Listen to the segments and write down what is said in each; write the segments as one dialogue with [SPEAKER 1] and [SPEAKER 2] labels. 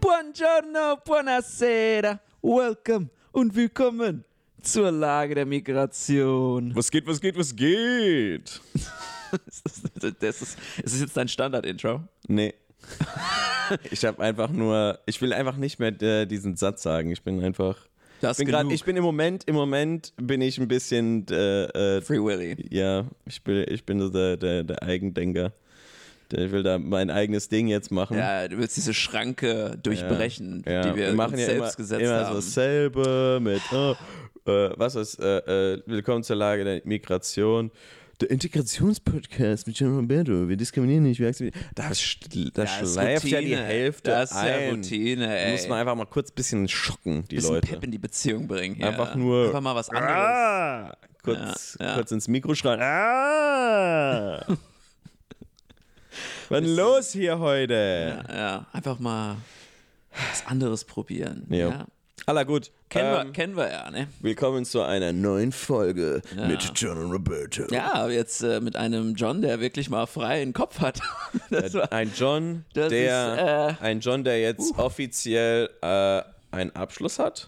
[SPEAKER 1] Buongiorno, buonasera, welcome und willkommen zur Lage der Migration.
[SPEAKER 2] Was geht, was geht, was geht?
[SPEAKER 1] Das ist, das ist, ist das jetzt dein Standard-Intro?
[SPEAKER 2] Nee. ich habe einfach nur, ich will einfach nicht mehr äh, diesen Satz sagen. Ich bin einfach.
[SPEAKER 1] Das
[SPEAKER 2] Ich bin, grad, ich bin im Moment, im Moment bin ich ein bisschen, äh, äh,
[SPEAKER 1] Free Willy.
[SPEAKER 2] ja, ich bin, ich bin so der, der, der Eigendenker. Der- Ich will da mein eigenes Ding jetzt machen.
[SPEAKER 1] Ja, du willst diese Schranke durchbrechen,
[SPEAKER 2] Ja,
[SPEAKER 1] die wir,
[SPEAKER 2] machen
[SPEAKER 1] uns
[SPEAKER 2] ja
[SPEAKER 1] selbst
[SPEAKER 2] immer,
[SPEAKER 1] gesetzt
[SPEAKER 2] immer so
[SPEAKER 1] haben.
[SPEAKER 2] dasselbe mit, oh, äh, was ist, äh, äh, willkommen zur Lage der Migration. Der Integrationspodcast mit Gian Roberto. Wir diskriminieren nicht, wir akzeptieren. Da, sch- da
[SPEAKER 1] ist
[SPEAKER 2] schleift ja die
[SPEAKER 1] Routine.
[SPEAKER 2] Hälfte
[SPEAKER 1] Das ist ja
[SPEAKER 2] ein.
[SPEAKER 1] Routine, ey.
[SPEAKER 2] Muss man einfach mal kurz ein bisschen schocken, die
[SPEAKER 1] Bisschen
[SPEAKER 2] Leute.
[SPEAKER 1] Pep in die Beziehung bringen. hier.
[SPEAKER 2] Einfach nur-
[SPEAKER 1] Einfach mal was anderes.
[SPEAKER 2] Ah! Kurz,
[SPEAKER 1] Ja, ja.
[SPEAKER 2] kurz ins Mikro schreien. Ah! Was ist los hier heute?
[SPEAKER 1] Ja, einfach mal was anderes probieren.
[SPEAKER 2] Ja.
[SPEAKER 1] Ja.
[SPEAKER 2] Aller gut.
[SPEAKER 1] Kennen,
[SPEAKER 2] Ähm,
[SPEAKER 1] wir, kennen wir ja, ne?
[SPEAKER 2] Willkommen zu einer neuen Folge mit John und Roberto.
[SPEAKER 1] Ja, jetzt äh, mit einem John, der wirklich mal freien Kopf hat. Das war,
[SPEAKER 2] Ein John,
[SPEAKER 1] Das
[SPEAKER 2] der,
[SPEAKER 1] ist, äh,
[SPEAKER 2] ein John, der jetzt offiziell äh, einen Abschluss hat.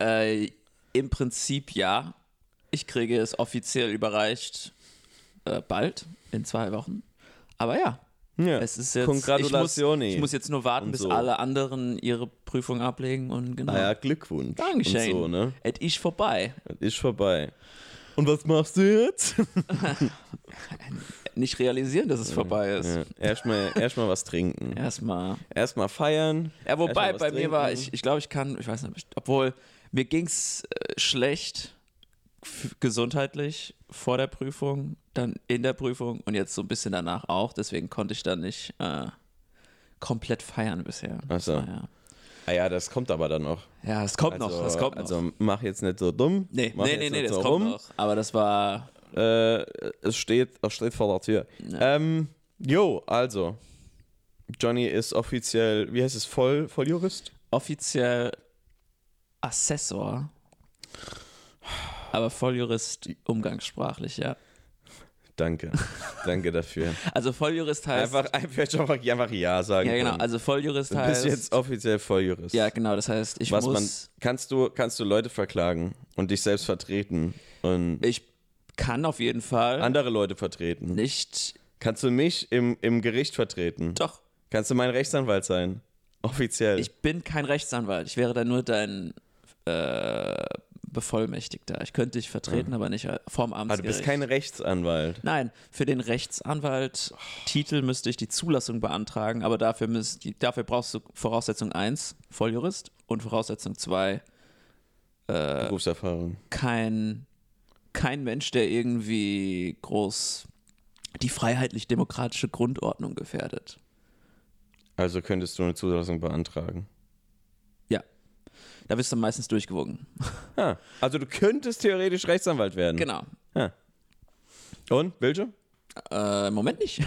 [SPEAKER 1] äh, Im Prinzip ja. Ich kriege es offiziell überreicht äh, bald, in zwei Wochen. Aber ja,
[SPEAKER 2] Ja.
[SPEAKER 1] es ist jetzt.
[SPEAKER 2] Congratulazioni.
[SPEAKER 1] Ich muss, ich muss jetzt nur warten,
[SPEAKER 2] Und
[SPEAKER 1] bis
[SPEAKER 2] so.
[SPEAKER 1] alle anderen ihre Prüfung ablegen und genau.
[SPEAKER 2] Ah ja, Glückwunsch.
[SPEAKER 1] Dankeschön.
[SPEAKER 2] Und so, ne?
[SPEAKER 1] Et ich vorbei.
[SPEAKER 2] Das ist vorbei. Und was machst du jetzt?
[SPEAKER 1] Nicht realisieren, dass es vorbei ist.
[SPEAKER 2] Ja, Erstmal erstmal was trinken.
[SPEAKER 1] Erstmal.
[SPEAKER 2] Erstmal feiern.
[SPEAKER 1] Ja, wobei
[SPEAKER 2] erstmal was
[SPEAKER 1] bei mir
[SPEAKER 2] trinken.
[SPEAKER 1] war, ich, ich glaube, ich kann, ich weiß nicht, ob ich- obwohl mir ging's äh, schlecht f- gesundheitlich vor der Prüfung, dann in der Prüfung und jetzt so ein bisschen danach auch. Deswegen konnte ich da nicht äh, komplett feiern bisher.
[SPEAKER 2] Ach so.
[SPEAKER 1] Ja,
[SPEAKER 2] Ah ja, das kommt aber dann noch.
[SPEAKER 1] ja es kommt
[SPEAKER 2] Also,
[SPEAKER 1] noch, es kommt noch.
[SPEAKER 2] also mach jetzt nicht so dumm.
[SPEAKER 1] nee,
[SPEAKER 2] mach
[SPEAKER 1] nee,
[SPEAKER 2] jetzt
[SPEAKER 1] nee, nee,
[SPEAKER 2] nicht
[SPEAKER 1] das
[SPEAKER 2] so
[SPEAKER 1] kommt
[SPEAKER 2] rum.
[SPEAKER 1] noch. Aber das war,
[SPEAKER 2] Äh, es, steht, es steht vor der Tür. Ähm, jo, also. Johnny ist offiziell, wie heißt es, Voll, Volljurist?
[SPEAKER 1] offiziell Assessor, aber Volljurist umgangssprachlich, ja.
[SPEAKER 2] Danke. Danke dafür.
[SPEAKER 1] Also Volljurist heißt,
[SPEAKER 2] einfach, einfach, einfach, einfach Ja sagen.
[SPEAKER 1] ja genau,
[SPEAKER 2] können.
[SPEAKER 1] also Volljurist
[SPEAKER 2] du bist
[SPEAKER 1] heißt,
[SPEAKER 2] jetzt offiziell Volljurist.
[SPEAKER 1] ja genau, das heißt, ich
[SPEAKER 2] Was man,
[SPEAKER 1] muss,
[SPEAKER 2] kannst, du, kannst du Leute verklagen und dich selbst vertreten und
[SPEAKER 1] ich kann auf jeden Fall
[SPEAKER 2] andere Leute vertreten?
[SPEAKER 1] nicht,
[SPEAKER 2] Kannst du mich im, im Gericht vertreten?
[SPEAKER 1] doch,
[SPEAKER 2] Kannst du mein Rechtsanwalt sein? Offiziell.
[SPEAKER 1] ich bin kein Rechtsanwalt, ich wäre da nur dein äh, Bevollmächtigter. Ich könnte dich vertreten, aber nicht äh, vorm
[SPEAKER 2] Mhm. ah,
[SPEAKER 1] Amtsgericht.
[SPEAKER 2] du bist kein Rechtsanwalt.
[SPEAKER 1] Nein, für den Rechtsanwalt Titel müsste ich die Zulassung beantragen, aber dafür, müsst, die- dafür brauchst du Voraussetzung 1, Volljurist, und Voraussetzung 2, Äh.
[SPEAKER 2] Berufserfahrung.
[SPEAKER 1] kein, kein Mensch, der irgendwie groß die freiheitlich-demokratische Grundordnung gefährdet.
[SPEAKER 2] Also könntest du eine Zulassung beantragen.
[SPEAKER 1] Ja. Da wirst du meistens durchgewogen.
[SPEAKER 2] Ah, also du könntest theoretisch Rechtsanwalt werden.
[SPEAKER 1] Genau.
[SPEAKER 2] Ah. Und, welche?
[SPEAKER 1] Äh, Im Moment nicht.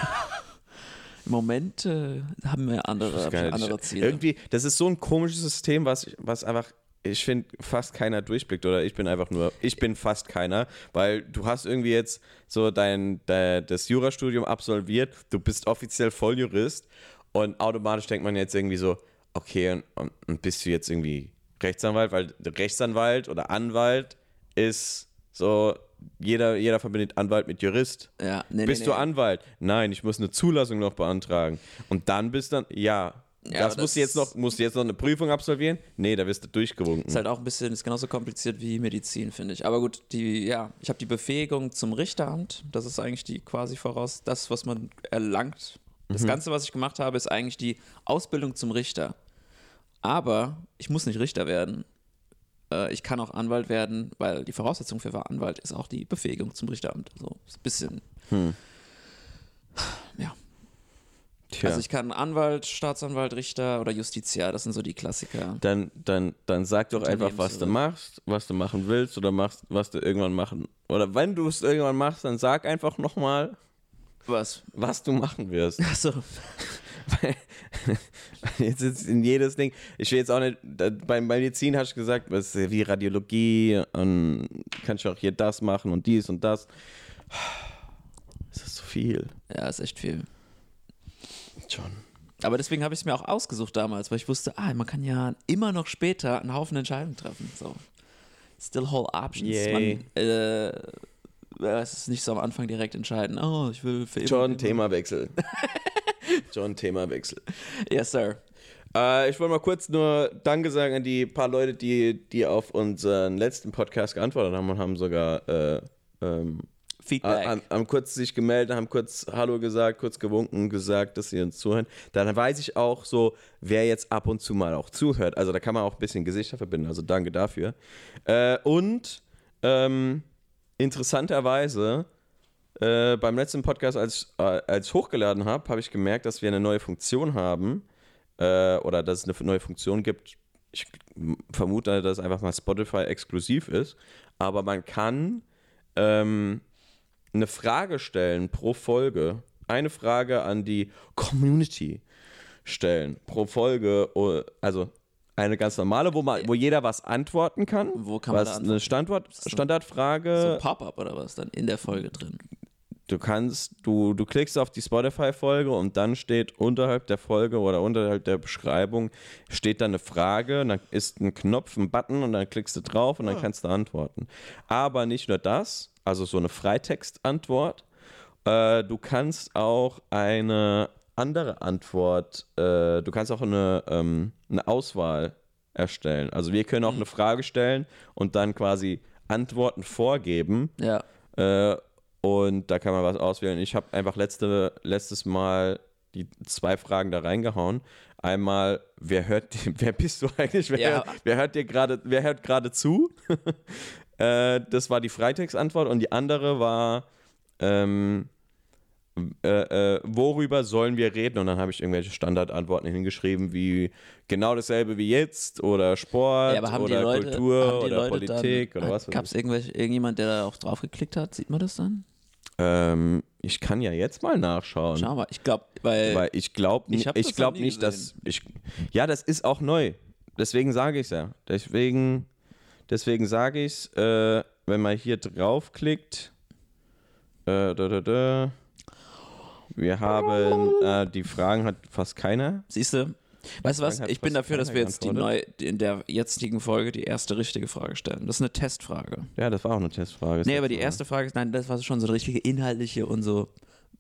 [SPEAKER 1] Im Moment äh, haben wir andere, Äh, andere Ziele.
[SPEAKER 2] Irgendwie, das ist so ein komisches System, was, was einfach, ich finde, fast keiner durchblickt. Oder ich bin einfach nur, ich bin fast keiner, weil du hast irgendwie jetzt so dein, de- das Jurastudium absolviert, du bist offiziell Volljurist und automatisch denkt man jetzt irgendwie so, okay, und, und, und bist du jetzt irgendwie Rechtsanwalt, weil Rechtsanwalt oder Anwalt ist so, jeder, jeder verbindet Anwalt mit Jurist.
[SPEAKER 1] Ja, nee, nee,
[SPEAKER 2] bist
[SPEAKER 1] nee.
[SPEAKER 2] du Anwalt? Nein, ich muss eine Zulassung noch beantragen. Und dann bist dann, ja, das,
[SPEAKER 1] aber
[SPEAKER 2] musst du
[SPEAKER 1] das-
[SPEAKER 2] jetzt noch, musst du jetzt noch eine Prüfung absolvieren? Nee, da wirst du durchgewunken.
[SPEAKER 1] Ist halt auch ein bisschen, ist genauso kompliziert wie Medizin, finde ich. Aber gut, die, ja, ich habe die Befähigung zum Richteramt. Das ist eigentlich die quasi voraus, das, was man erlangt. Das Ganze, was ich gemacht habe, ist eigentlich die Ausbildung zum Richter. Aber ich muss nicht Richter werden. Äh, Ich kann auch Anwalt werden, weil die Voraussetzung für Anwalt ist auch die Befähigung zum Richteramt. So ist ein bisschen. Ja.
[SPEAKER 2] Tja,
[SPEAKER 1] Also ich kann Anwalt, Staatsanwalt, Richter oder Justiziar, das sind so die Klassiker.
[SPEAKER 2] dann, dann, dann sag doch einfach, was du
[SPEAKER 1] Unternehmensrat.
[SPEAKER 2] machst, was du machen willst oder machst, was du irgendwann machen. Oder wenn du es irgendwann machst, dann sag einfach nochmal,
[SPEAKER 1] Was? Also,
[SPEAKER 2] was du machen wirst.
[SPEAKER 1] Achso.
[SPEAKER 2] jetzt ist in jedes Ding. Ich will jetzt auch nicht, da- beim Medizin hast du gesagt, was ist wie Radiologie und kannst du auch hier das machen und dies und das. Es ist so viel.
[SPEAKER 1] Ja, ist echt viel.
[SPEAKER 2] John.
[SPEAKER 1] Aber deswegen habe ich es mir auch ausgesucht damals, weil ich wusste, ah, man kann ja immer noch später einen Haufen Entscheidungen treffen. So. Still whole options.
[SPEAKER 2] Yay.
[SPEAKER 1] Man, äh, äh, es ist nicht so am Anfang direkt entscheiden, oh, ich will für immer.
[SPEAKER 2] John, Themawechsel. John, Themawechsel.
[SPEAKER 1] Yes, sir.
[SPEAKER 2] Äh, ich wollte mal kurz nur Danke sagen an die paar Leute, die, die auf unseren letzten Podcast geantwortet haben und haben sogar äh, ähm,
[SPEAKER 1] Feedback.
[SPEAKER 2] haben, haben kurz sich gemeldet, haben kurz Hallo gesagt, kurz gewunken, gesagt, dass sie uns zuhören. Dann weiß ich auch so, wer jetzt ab und zu mal auch zuhört. Also da kann man auch ein bisschen Gesichter verbinden. Also danke dafür. Äh, und ähm, interessanterweise äh, beim letzten Podcast, als äh, als ich hochgeladen habe, habe ich gemerkt, dass wir eine neue Funktion haben äh, oder dass es eine neue Funktion gibt. Ich vermute, dass es einfach mal Spotify exklusiv ist, aber man kann ähm, eine Frage stellen pro Folge. Eine Frage an die Community stellen pro Folge. oh, Also eine ganz normale, wo, man, wo jeder was antworten kann.
[SPEAKER 1] Wo kann man
[SPEAKER 2] was
[SPEAKER 1] da
[SPEAKER 2] eine Standort, Standardfrage.
[SPEAKER 1] so ein Pop-up oder was dann in der Folge drin.
[SPEAKER 2] Du kannst, du, du klickst auf die Spotify-Folge und dann steht unterhalb der Folge oder unterhalb der Beschreibung steht dann eine Frage und dann ist ein Knopf, ein Button und dann klickst du drauf und dann kannst du antworten. Aber nicht nur das, also so eine Freitextantwort. Äh, du kannst auch eine andere Antwort, äh, du kannst auch eine, ähm, eine Auswahl erstellen. Also wir können auch eine Frage stellen und dann quasi Antworten vorgeben.
[SPEAKER 1] Ja.
[SPEAKER 2] Äh, und da kann man was auswählen. Ich habe einfach letzte, letztes Mal die zwei Fragen da reingehauen. Einmal, wer hört, dir- wer bist du eigentlich? Wer,
[SPEAKER 1] Ja.
[SPEAKER 2] wer hört dir gerade, wer hört gerade zu? äh, das war die Freitextantwort und die andere war, ähm, äh, äh, worüber sollen wir reden? Und dann habe ich irgendwelche Standardantworten hingeschrieben, wie genau dasselbe wie jetzt oder Sport
[SPEAKER 1] ja, aber haben die
[SPEAKER 2] oder
[SPEAKER 1] Leute,
[SPEAKER 2] Kultur
[SPEAKER 1] haben die
[SPEAKER 2] oder
[SPEAKER 1] Leute
[SPEAKER 2] Politik
[SPEAKER 1] dann,
[SPEAKER 2] oder was weiß
[SPEAKER 1] Gab es irgendjemand, der da auch drauf geklickt hat? Sieht man das dann?
[SPEAKER 2] Ähm, ich kann ja jetzt mal nachschauen. Äh,
[SPEAKER 1] Schau mal. Ich glaube, weil,
[SPEAKER 2] Weil ich glaube
[SPEAKER 1] Ich
[SPEAKER 2] ich
[SPEAKER 1] hab das
[SPEAKER 2] ich
[SPEAKER 1] noch
[SPEAKER 2] glaub
[SPEAKER 1] nie
[SPEAKER 2] nicht, dass ich. Ja, das ist auch neu. Deswegen sage ich es ja. Deswegen, deswegen sage ich es, äh, wenn man hier draufklickt. Äh, da, da, da. Wir haben äh, die Fragen hat fast keiner.
[SPEAKER 1] siehst du, weißt du was?
[SPEAKER 2] Frank hat
[SPEAKER 1] Ich bin
[SPEAKER 2] fast
[SPEAKER 1] dafür, dass
[SPEAKER 2] keiner
[SPEAKER 1] wir jetzt die neue,
[SPEAKER 2] geantwortet.
[SPEAKER 1] die- in der jetzigen Folge die erste richtige Frage stellen. Das ist eine Testfrage.
[SPEAKER 2] Ja, das war auch eine Testfrage.
[SPEAKER 1] Nee, aber die erste Frage ist, nein, das war schon so eine richtige inhaltliche und so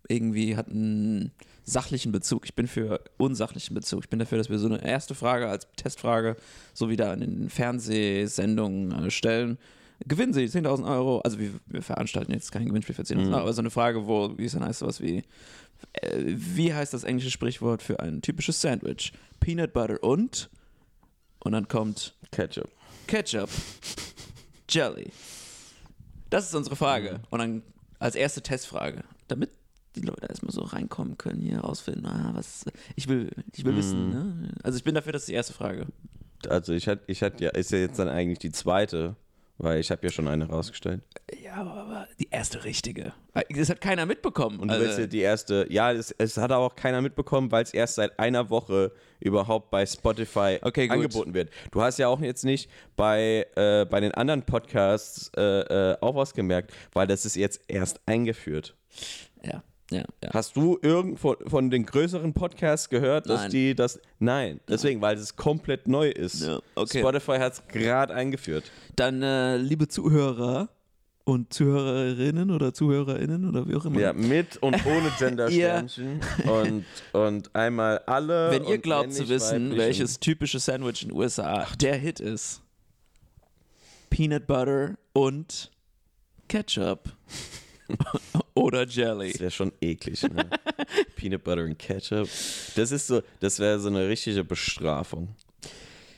[SPEAKER 1] irgendwie hat einen sachlichen Bezug. Ich bin für unsachlichen Bezug. Ich bin dafür, dass wir so eine erste Frage als Testfrage so wieder in den Fernsehsendungen äh, stellen. Gewinnen Sie 10.000 Euro. Also wir, wir veranstalten jetzt kein Gewinnspiel für 10.000 Euro, aber so eine Frage, wo, wie ist dann heißt sowas wie, äh, wie heißt das englische Sprichwort für ein typisches Sandwich? Peanut Butter und? Und dann kommt
[SPEAKER 2] Ketchup.
[SPEAKER 1] Ketchup, Jelly. Das ist unsere Frage. Und dann als erste Testfrage, damit die Leute erstmal so reinkommen können, hier rausfinden, ah, was, ich will, ich will wissen. Ne? Also ich bin dafür, das ist die erste Frage.
[SPEAKER 2] Also ich hatte, ich hatte ja, ist ja jetzt dann eigentlich die zweite, weil ich habe ja schon eine rausgestellt.
[SPEAKER 1] Ja, aber, aber die erste richtige. Das hat keiner mitbekommen.
[SPEAKER 2] Und du
[SPEAKER 1] Also,
[SPEAKER 2] willst ja die erste, ja, es, es hat auch keiner mitbekommen, weil es erst seit einer Woche überhaupt bei Spotify
[SPEAKER 1] Okay, gut.
[SPEAKER 2] angeboten wird. Du hast ja auch jetzt nicht bei, äh, bei den anderen Podcasts äh, äh, auch was gemerkt, weil das ist jetzt erst eingeführt.
[SPEAKER 1] ja, ja, ja.
[SPEAKER 2] Hast du irgendwo von den größeren Podcasts gehört, dass
[SPEAKER 1] Nein.
[SPEAKER 2] die das. Nein, deswegen, weil es komplett neu ist.
[SPEAKER 1] Ja, okay.
[SPEAKER 2] Spotify hat es gerade eingeführt.
[SPEAKER 1] Dann, äh, liebe Zuhörer und Zuhörerinnen oder ZuhörerInnen oder wie auch immer.
[SPEAKER 2] Ja, mit und ohne Gender-Sternchen. und, und einmal alle.
[SPEAKER 1] Wenn ihr
[SPEAKER 2] und
[SPEAKER 1] glaubt zu
[SPEAKER 2] männlich, weiblich
[SPEAKER 1] wissen,
[SPEAKER 2] und-
[SPEAKER 1] welches typische Sandwich in den USA der Hit ist, Peanut Butter und Ketchup oder Jelly.
[SPEAKER 2] Das wäre schon eklig, ne? Peanut Butter und Ketchup. Das ist so, das wäre so eine richtige Bestrafung.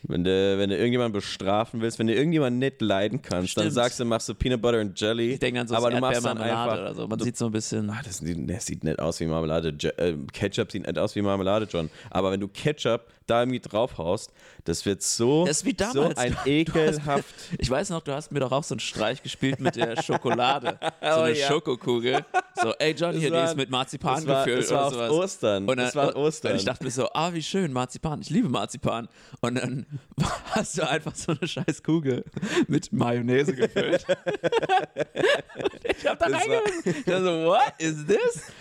[SPEAKER 2] Wenn du, wenn du irgendjemanden bestrafen willst, wenn du irgendjemanden nicht leiden kannst, dann
[SPEAKER 1] Stimmt.
[SPEAKER 2] sagst du, machst du Peanut Butter und Jelly.
[SPEAKER 1] Ich denke an so
[SPEAKER 2] aber du machst dann
[SPEAKER 1] Erdbeermarmelade
[SPEAKER 2] einfach.
[SPEAKER 1] oder so. Man
[SPEAKER 2] du,
[SPEAKER 1] sieht so ein bisschen.
[SPEAKER 2] ah, das, sieht, das sieht nicht aus wie Marmelade. Je, äh, Ketchup sieht nicht aus wie Marmelade, John. Aber wenn du Ketchup da irgendwie draufhaust, das wird so,
[SPEAKER 1] Das ist wie
[SPEAKER 2] so
[SPEAKER 1] damals.
[SPEAKER 2] ein
[SPEAKER 1] Du hast-
[SPEAKER 2] ekelhaft.
[SPEAKER 1] Ich weiß noch, du hast mir doch auch so einen Streich gespielt mit der Schokolade. So
[SPEAKER 2] Oh
[SPEAKER 1] eine
[SPEAKER 2] ja.
[SPEAKER 1] Schokokugel. So, ey John, hier, die
[SPEAKER 2] war-
[SPEAKER 1] ist mit Marzipan
[SPEAKER 2] das war-
[SPEAKER 1] gefüllt
[SPEAKER 2] das war
[SPEAKER 1] oder
[SPEAKER 2] auf
[SPEAKER 1] sowas.
[SPEAKER 2] Ostern.
[SPEAKER 1] Und dann,
[SPEAKER 2] Das war an Ostern.
[SPEAKER 1] Und ich dachte mir so, ah, wie schön, Marzipan. Ich liebe Marzipan. Und dann hast du einfach so eine scheiß Kugel mit Mayonnaise gefüllt. Und ich hab da
[SPEAKER 2] Das war-
[SPEAKER 1] reingebissen. Ich war so, what is this?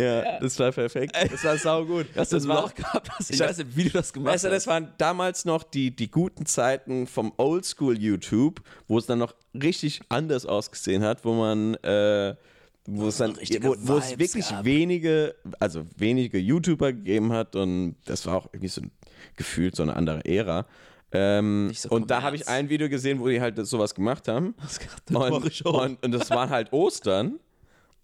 [SPEAKER 2] Ja, das war perfekt. Das war saugut.
[SPEAKER 1] Hast du ein Loch gehabt? Hast du, ich
[SPEAKER 2] hab-
[SPEAKER 1] weiß nicht, wie du das gemacht
[SPEAKER 2] Weißt du, das
[SPEAKER 1] hast.
[SPEAKER 2] waren damals noch die, die guten Zeiten vom Oldschool YouTube, wo es dann noch richtig anders ausgesehen hat, wo man, äh, wo es dann,
[SPEAKER 1] richtige
[SPEAKER 2] wo, wo es
[SPEAKER 1] Vibes
[SPEAKER 2] wirklich
[SPEAKER 1] gab.
[SPEAKER 2] wenige, also wenige YouTuber gegeben hat und das war auch irgendwie so ein- gefühlt so eine andere Ära. Ähm,
[SPEAKER 1] Nicht so
[SPEAKER 2] und da habe ich
[SPEAKER 1] Kommerz.
[SPEAKER 2] ein Video gesehen, wo die halt das- sowas gemacht haben.
[SPEAKER 1] Das war
[SPEAKER 2] Und, und, und das waren halt Ostern.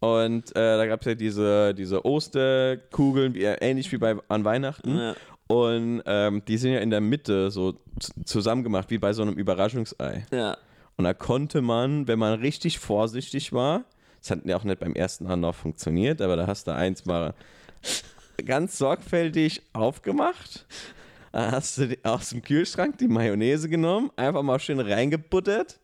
[SPEAKER 2] Und äh, da gab es ja diese, diese Osterkugeln, wie, äh, ähnlich wie bei, an Weihnachten.
[SPEAKER 1] Ja.
[SPEAKER 2] Und ähm, die sind ja in der Mitte so z- zusammengemacht, wie bei so einem Überraschungsei.
[SPEAKER 1] ja.
[SPEAKER 2] Und da konnte man, wenn man richtig vorsichtig war, das hat ja auch nicht beim ersten Anlauf funktioniert, aber da hast du eins mal ganz sorgfältig aufgemacht. Dann hast du die- aus dem Kühlschrank die Mayonnaise genommen, einfach mal schön reingebuttert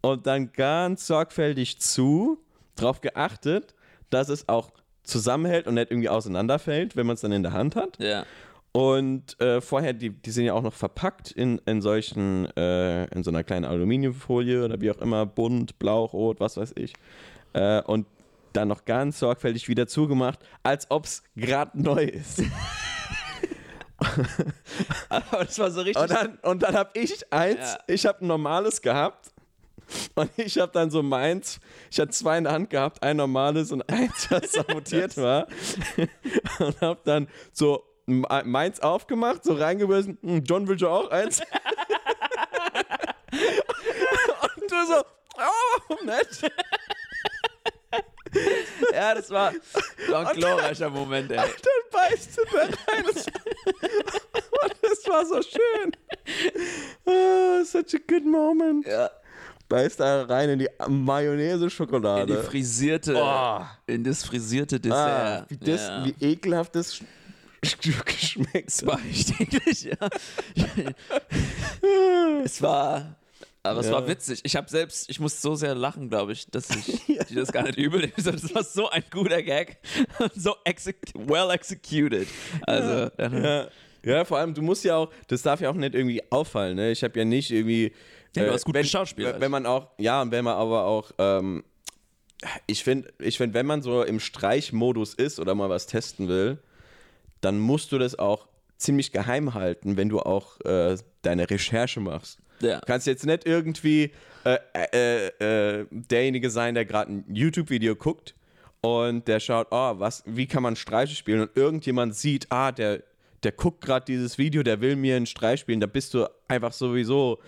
[SPEAKER 2] und dann ganz sorgfältig zu, darauf geachtet, dass es auch zusammenhält und nicht irgendwie auseinanderfällt, wenn man es dann in der Hand hat.
[SPEAKER 1] ja.
[SPEAKER 2] Und äh, vorher, die, die sind ja auch noch verpackt in, in solchen, äh, in so einer kleinen Aluminiumfolie oder wie auch immer, bunt, blau, rot, was weiß ich. Äh, und dann noch ganz sorgfältig wieder zugemacht, als ob es gerade neu ist.
[SPEAKER 1] Aber das war so richtig.
[SPEAKER 2] Und dann, und dann habe ich eins,
[SPEAKER 1] Ja.
[SPEAKER 2] ich habe ein normales gehabt. Und ich habe dann so meins, ich hatte zwei in der Hand gehabt, ein normales und eins, das sabotiert war. Und habe dann so me- meins aufgemacht, so reingewiesen, "Hm, John will ja auch eins. und du so, oh, nett.
[SPEAKER 1] ja, das war, das war ein glorreicher Moment, ey.
[SPEAKER 2] Dann beißt du da rein. Und das war so schön. Ah, such a good moment.
[SPEAKER 1] Ja.
[SPEAKER 2] Beißt da rein in die
[SPEAKER 1] In die
[SPEAKER 2] Mayonnaise-Schokolade.
[SPEAKER 1] frisierte,
[SPEAKER 2] Boah.
[SPEAKER 1] in das frisierte
[SPEAKER 2] Ah,
[SPEAKER 1] Dessert.
[SPEAKER 2] wie, das,
[SPEAKER 1] ja.
[SPEAKER 2] wie ekelhaft das sch- geschmeckt.
[SPEAKER 1] Es war echt eklig, ja. es war. Aber es
[SPEAKER 2] Ja.
[SPEAKER 1] war witzig. Ich habe selbst, ich musste so sehr lachen, glaube ich, dass ich dir das gar nicht übel nehme. sondern Das war so ein guter Gag. und so exec well executed. Also, ja.
[SPEAKER 2] Ja. ja, vor allem, du musst ja auch, das darf ja auch nicht irgendwie auffallen. Ne? Ich habe ja nicht irgendwie. äh,
[SPEAKER 1] Ja, du hast gut
[SPEAKER 2] wenn,
[SPEAKER 1] geschauspielert.
[SPEAKER 2] Wenn man auch, ja, und wenn man aber auch. Ähm, ich finde, ich find, wenn man so im Streichmodus ist oder mal was testen will, dann musst du das auch ziemlich geheim halten, wenn du auch äh, deine Recherche machst.
[SPEAKER 1] Ja.
[SPEAKER 2] Du kannst jetzt nicht irgendwie äh, äh, äh, derjenige sein, der gerade ein YouTube-Video guckt und der schaut, oh, was, wie kann man Streiche spielen und irgendjemand sieht, ah, der, der guckt gerade dieses Video, der will mir einen Streich spielen, da bist du einfach sowieso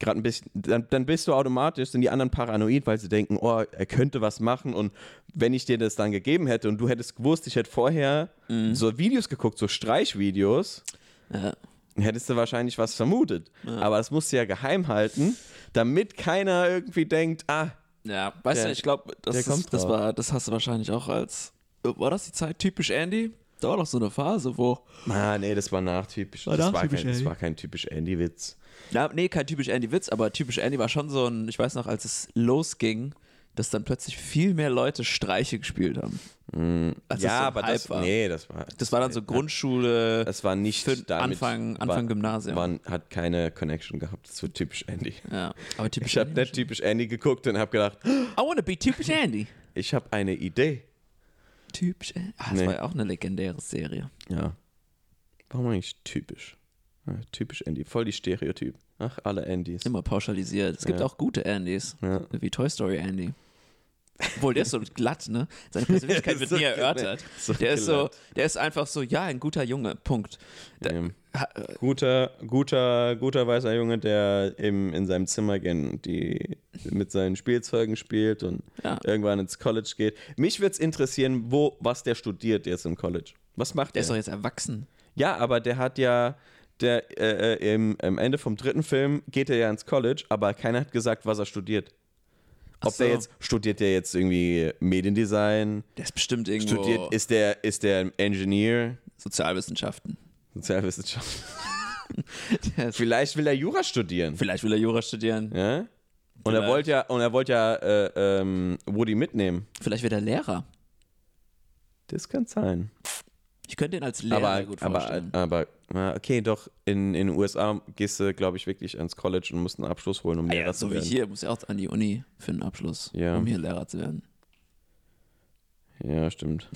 [SPEAKER 2] gerade ein bisschen, dann, dann bist du automatisch, sind die anderen paranoid, weil sie denken, oh, er könnte was machen und wenn ich dir das dann gegeben hätte und du hättest gewusst, ich hätte vorher so Videos geguckt, so Streichvideos,
[SPEAKER 1] Mhm. Ja.
[SPEAKER 2] hättest du wahrscheinlich was vermutet. Aber das musst du ja geheim halten, damit keiner irgendwie denkt, ah,
[SPEAKER 1] ja. Weißt
[SPEAKER 2] Der-
[SPEAKER 1] du, ich glaube, das,
[SPEAKER 2] der
[SPEAKER 1] ist-
[SPEAKER 2] kommt
[SPEAKER 1] das
[SPEAKER 2] drauf.
[SPEAKER 1] war, das hast du wahrscheinlich auch als. War das die Zeit typisch Andy? Da war doch so eine Phase, wo.
[SPEAKER 2] ah nee, das war nachtypisch.
[SPEAKER 1] War
[SPEAKER 2] das,
[SPEAKER 1] nachtypisch,
[SPEAKER 2] war kein, das
[SPEAKER 1] Andy.
[SPEAKER 2] war kein typisch Andy-Witz.
[SPEAKER 1] Na, nee, kein typisch Andy-Witz, aber typisch Andy war schon so ein, ich weiß noch, als es losging, dass dann plötzlich viel mehr Leute Streiche gespielt haben. Als es
[SPEAKER 2] Mm, Ja,
[SPEAKER 1] so ein
[SPEAKER 2] aber
[SPEAKER 1] Hype
[SPEAKER 2] das,
[SPEAKER 1] war.
[SPEAKER 2] nee, das war,
[SPEAKER 1] Das war dann so Grundschule,
[SPEAKER 2] das war nicht
[SPEAKER 1] Für- Anfang- Anfang Gymnasium.
[SPEAKER 2] Man hat keine Connection gehabt zu typisch Andy.
[SPEAKER 1] ja. aber typisch
[SPEAKER 2] Ich habe
[SPEAKER 1] Andy.
[SPEAKER 2] nicht typisch Andy geguckt und habe gedacht,
[SPEAKER 1] I wanna be typisch Andy.
[SPEAKER 2] ich habe eine Idee.
[SPEAKER 1] typisch Andy. Ah, das
[SPEAKER 2] Nee.
[SPEAKER 1] war ja auch eine legendäre Serie.
[SPEAKER 2] Ja. Warum eigentlich typisch? Ja, typisch Andy, voll die Stereotyp. Ach, alle Andys.
[SPEAKER 1] Immer pauschalisiert. Es gibt
[SPEAKER 2] Ja.
[SPEAKER 1] auch gute Andys,
[SPEAKER 2] Ja.
[SPEAKER 1] wie Toy Story Andy. Obwohl, der ist so glatt, ne? Seine Persönlichkeit wird
[SPEAKER 2] So
[SPEAKER 1] nie
[SPEAKER 2] glatt.
[SPEAKER 1] erörtert.
[SPEAKER 2] So
[SPEAKER 1] der ist so, der ist einfach so, ja, ein guter Junge, Punkt.
[SPEAKER 2] Ähm,
[SPEAKER 1] Ha-
[SPEAKER 2] guter, guter, guter weißer Junge, der im, in seinem Zimmer gen, die mit seinen Spielzeugen spielt und
[SPEAKER 1] Ja.
[SPEAKER 2] irgendwann ins College geht. Mich würde es interessieren, wo, was der studiert jetzt im College. Was macht
[SPEAKER 1] Der
[SPEAKER 2] er?
[SPEAKER 1] ist doch jetzt erwachsen.
[SPEAKER 2] Ja, aber der hat ja, der äh, äh, im, am Ende vom dritten Film geht er ja ins College, aber keiner hat gesagt, was er studiert. Ob
[SPEAKER 1] so.
[SPEAKER 2] der jetzt, studiert der jetzt irgendwie Mediendesign?
[SPEAKER 1] Der ist bestimmt irgendwo
[SPEAKER 2] Studiert, ist der, ist der Engineer?
[SPEAKER 1] Sozialwissenschaften.
[SPEAKER 2] Sozialwissenschaft.
[SPEAKER 1] Der ist-
[SPEAKER 2] Vielleicht will er Jura studieren.
[SPEAKER 1] Vielleicht will er Jura studieren.
[SPEAKER 2] Ja? Und er
[SPEAKER 1] Vielleicht.
[SPEAKER 2] wollte ja, und er wollte ja äh, ähm, Woody mitnehmen.
[SPEAKER 1] Vielleicht wird er Lehrer.
[SPEAKER 2] Das kann sein.
[SPEAKER 1] Ich könnte ihn als Lehrer
[SPEAKER 2] aber,
[SPEAKER 1] gut
[SPEAKER 2] aber,
[SPEAKER 1] vorstellen.
[SPEAKER 2] aber, ja, okay, doch, in, in den USA gehst du, glaube ich, wirklich ans College und musst einen Abschluss holen, um Lehrer
[SPEAKER 1] Ah ja,
[SPEAKER 2] zu
[SPEAKER 1] so wie
[SPEAKER 2] werden.
[SPEAKER 1] hier, muss ja auch an die Uni für einen Abschluss,
[SPEAKER 2] Ja.
[SPEAKER 1] um hier Lehrer zu werden.
[SPEAKER 2] Ja, stimmt.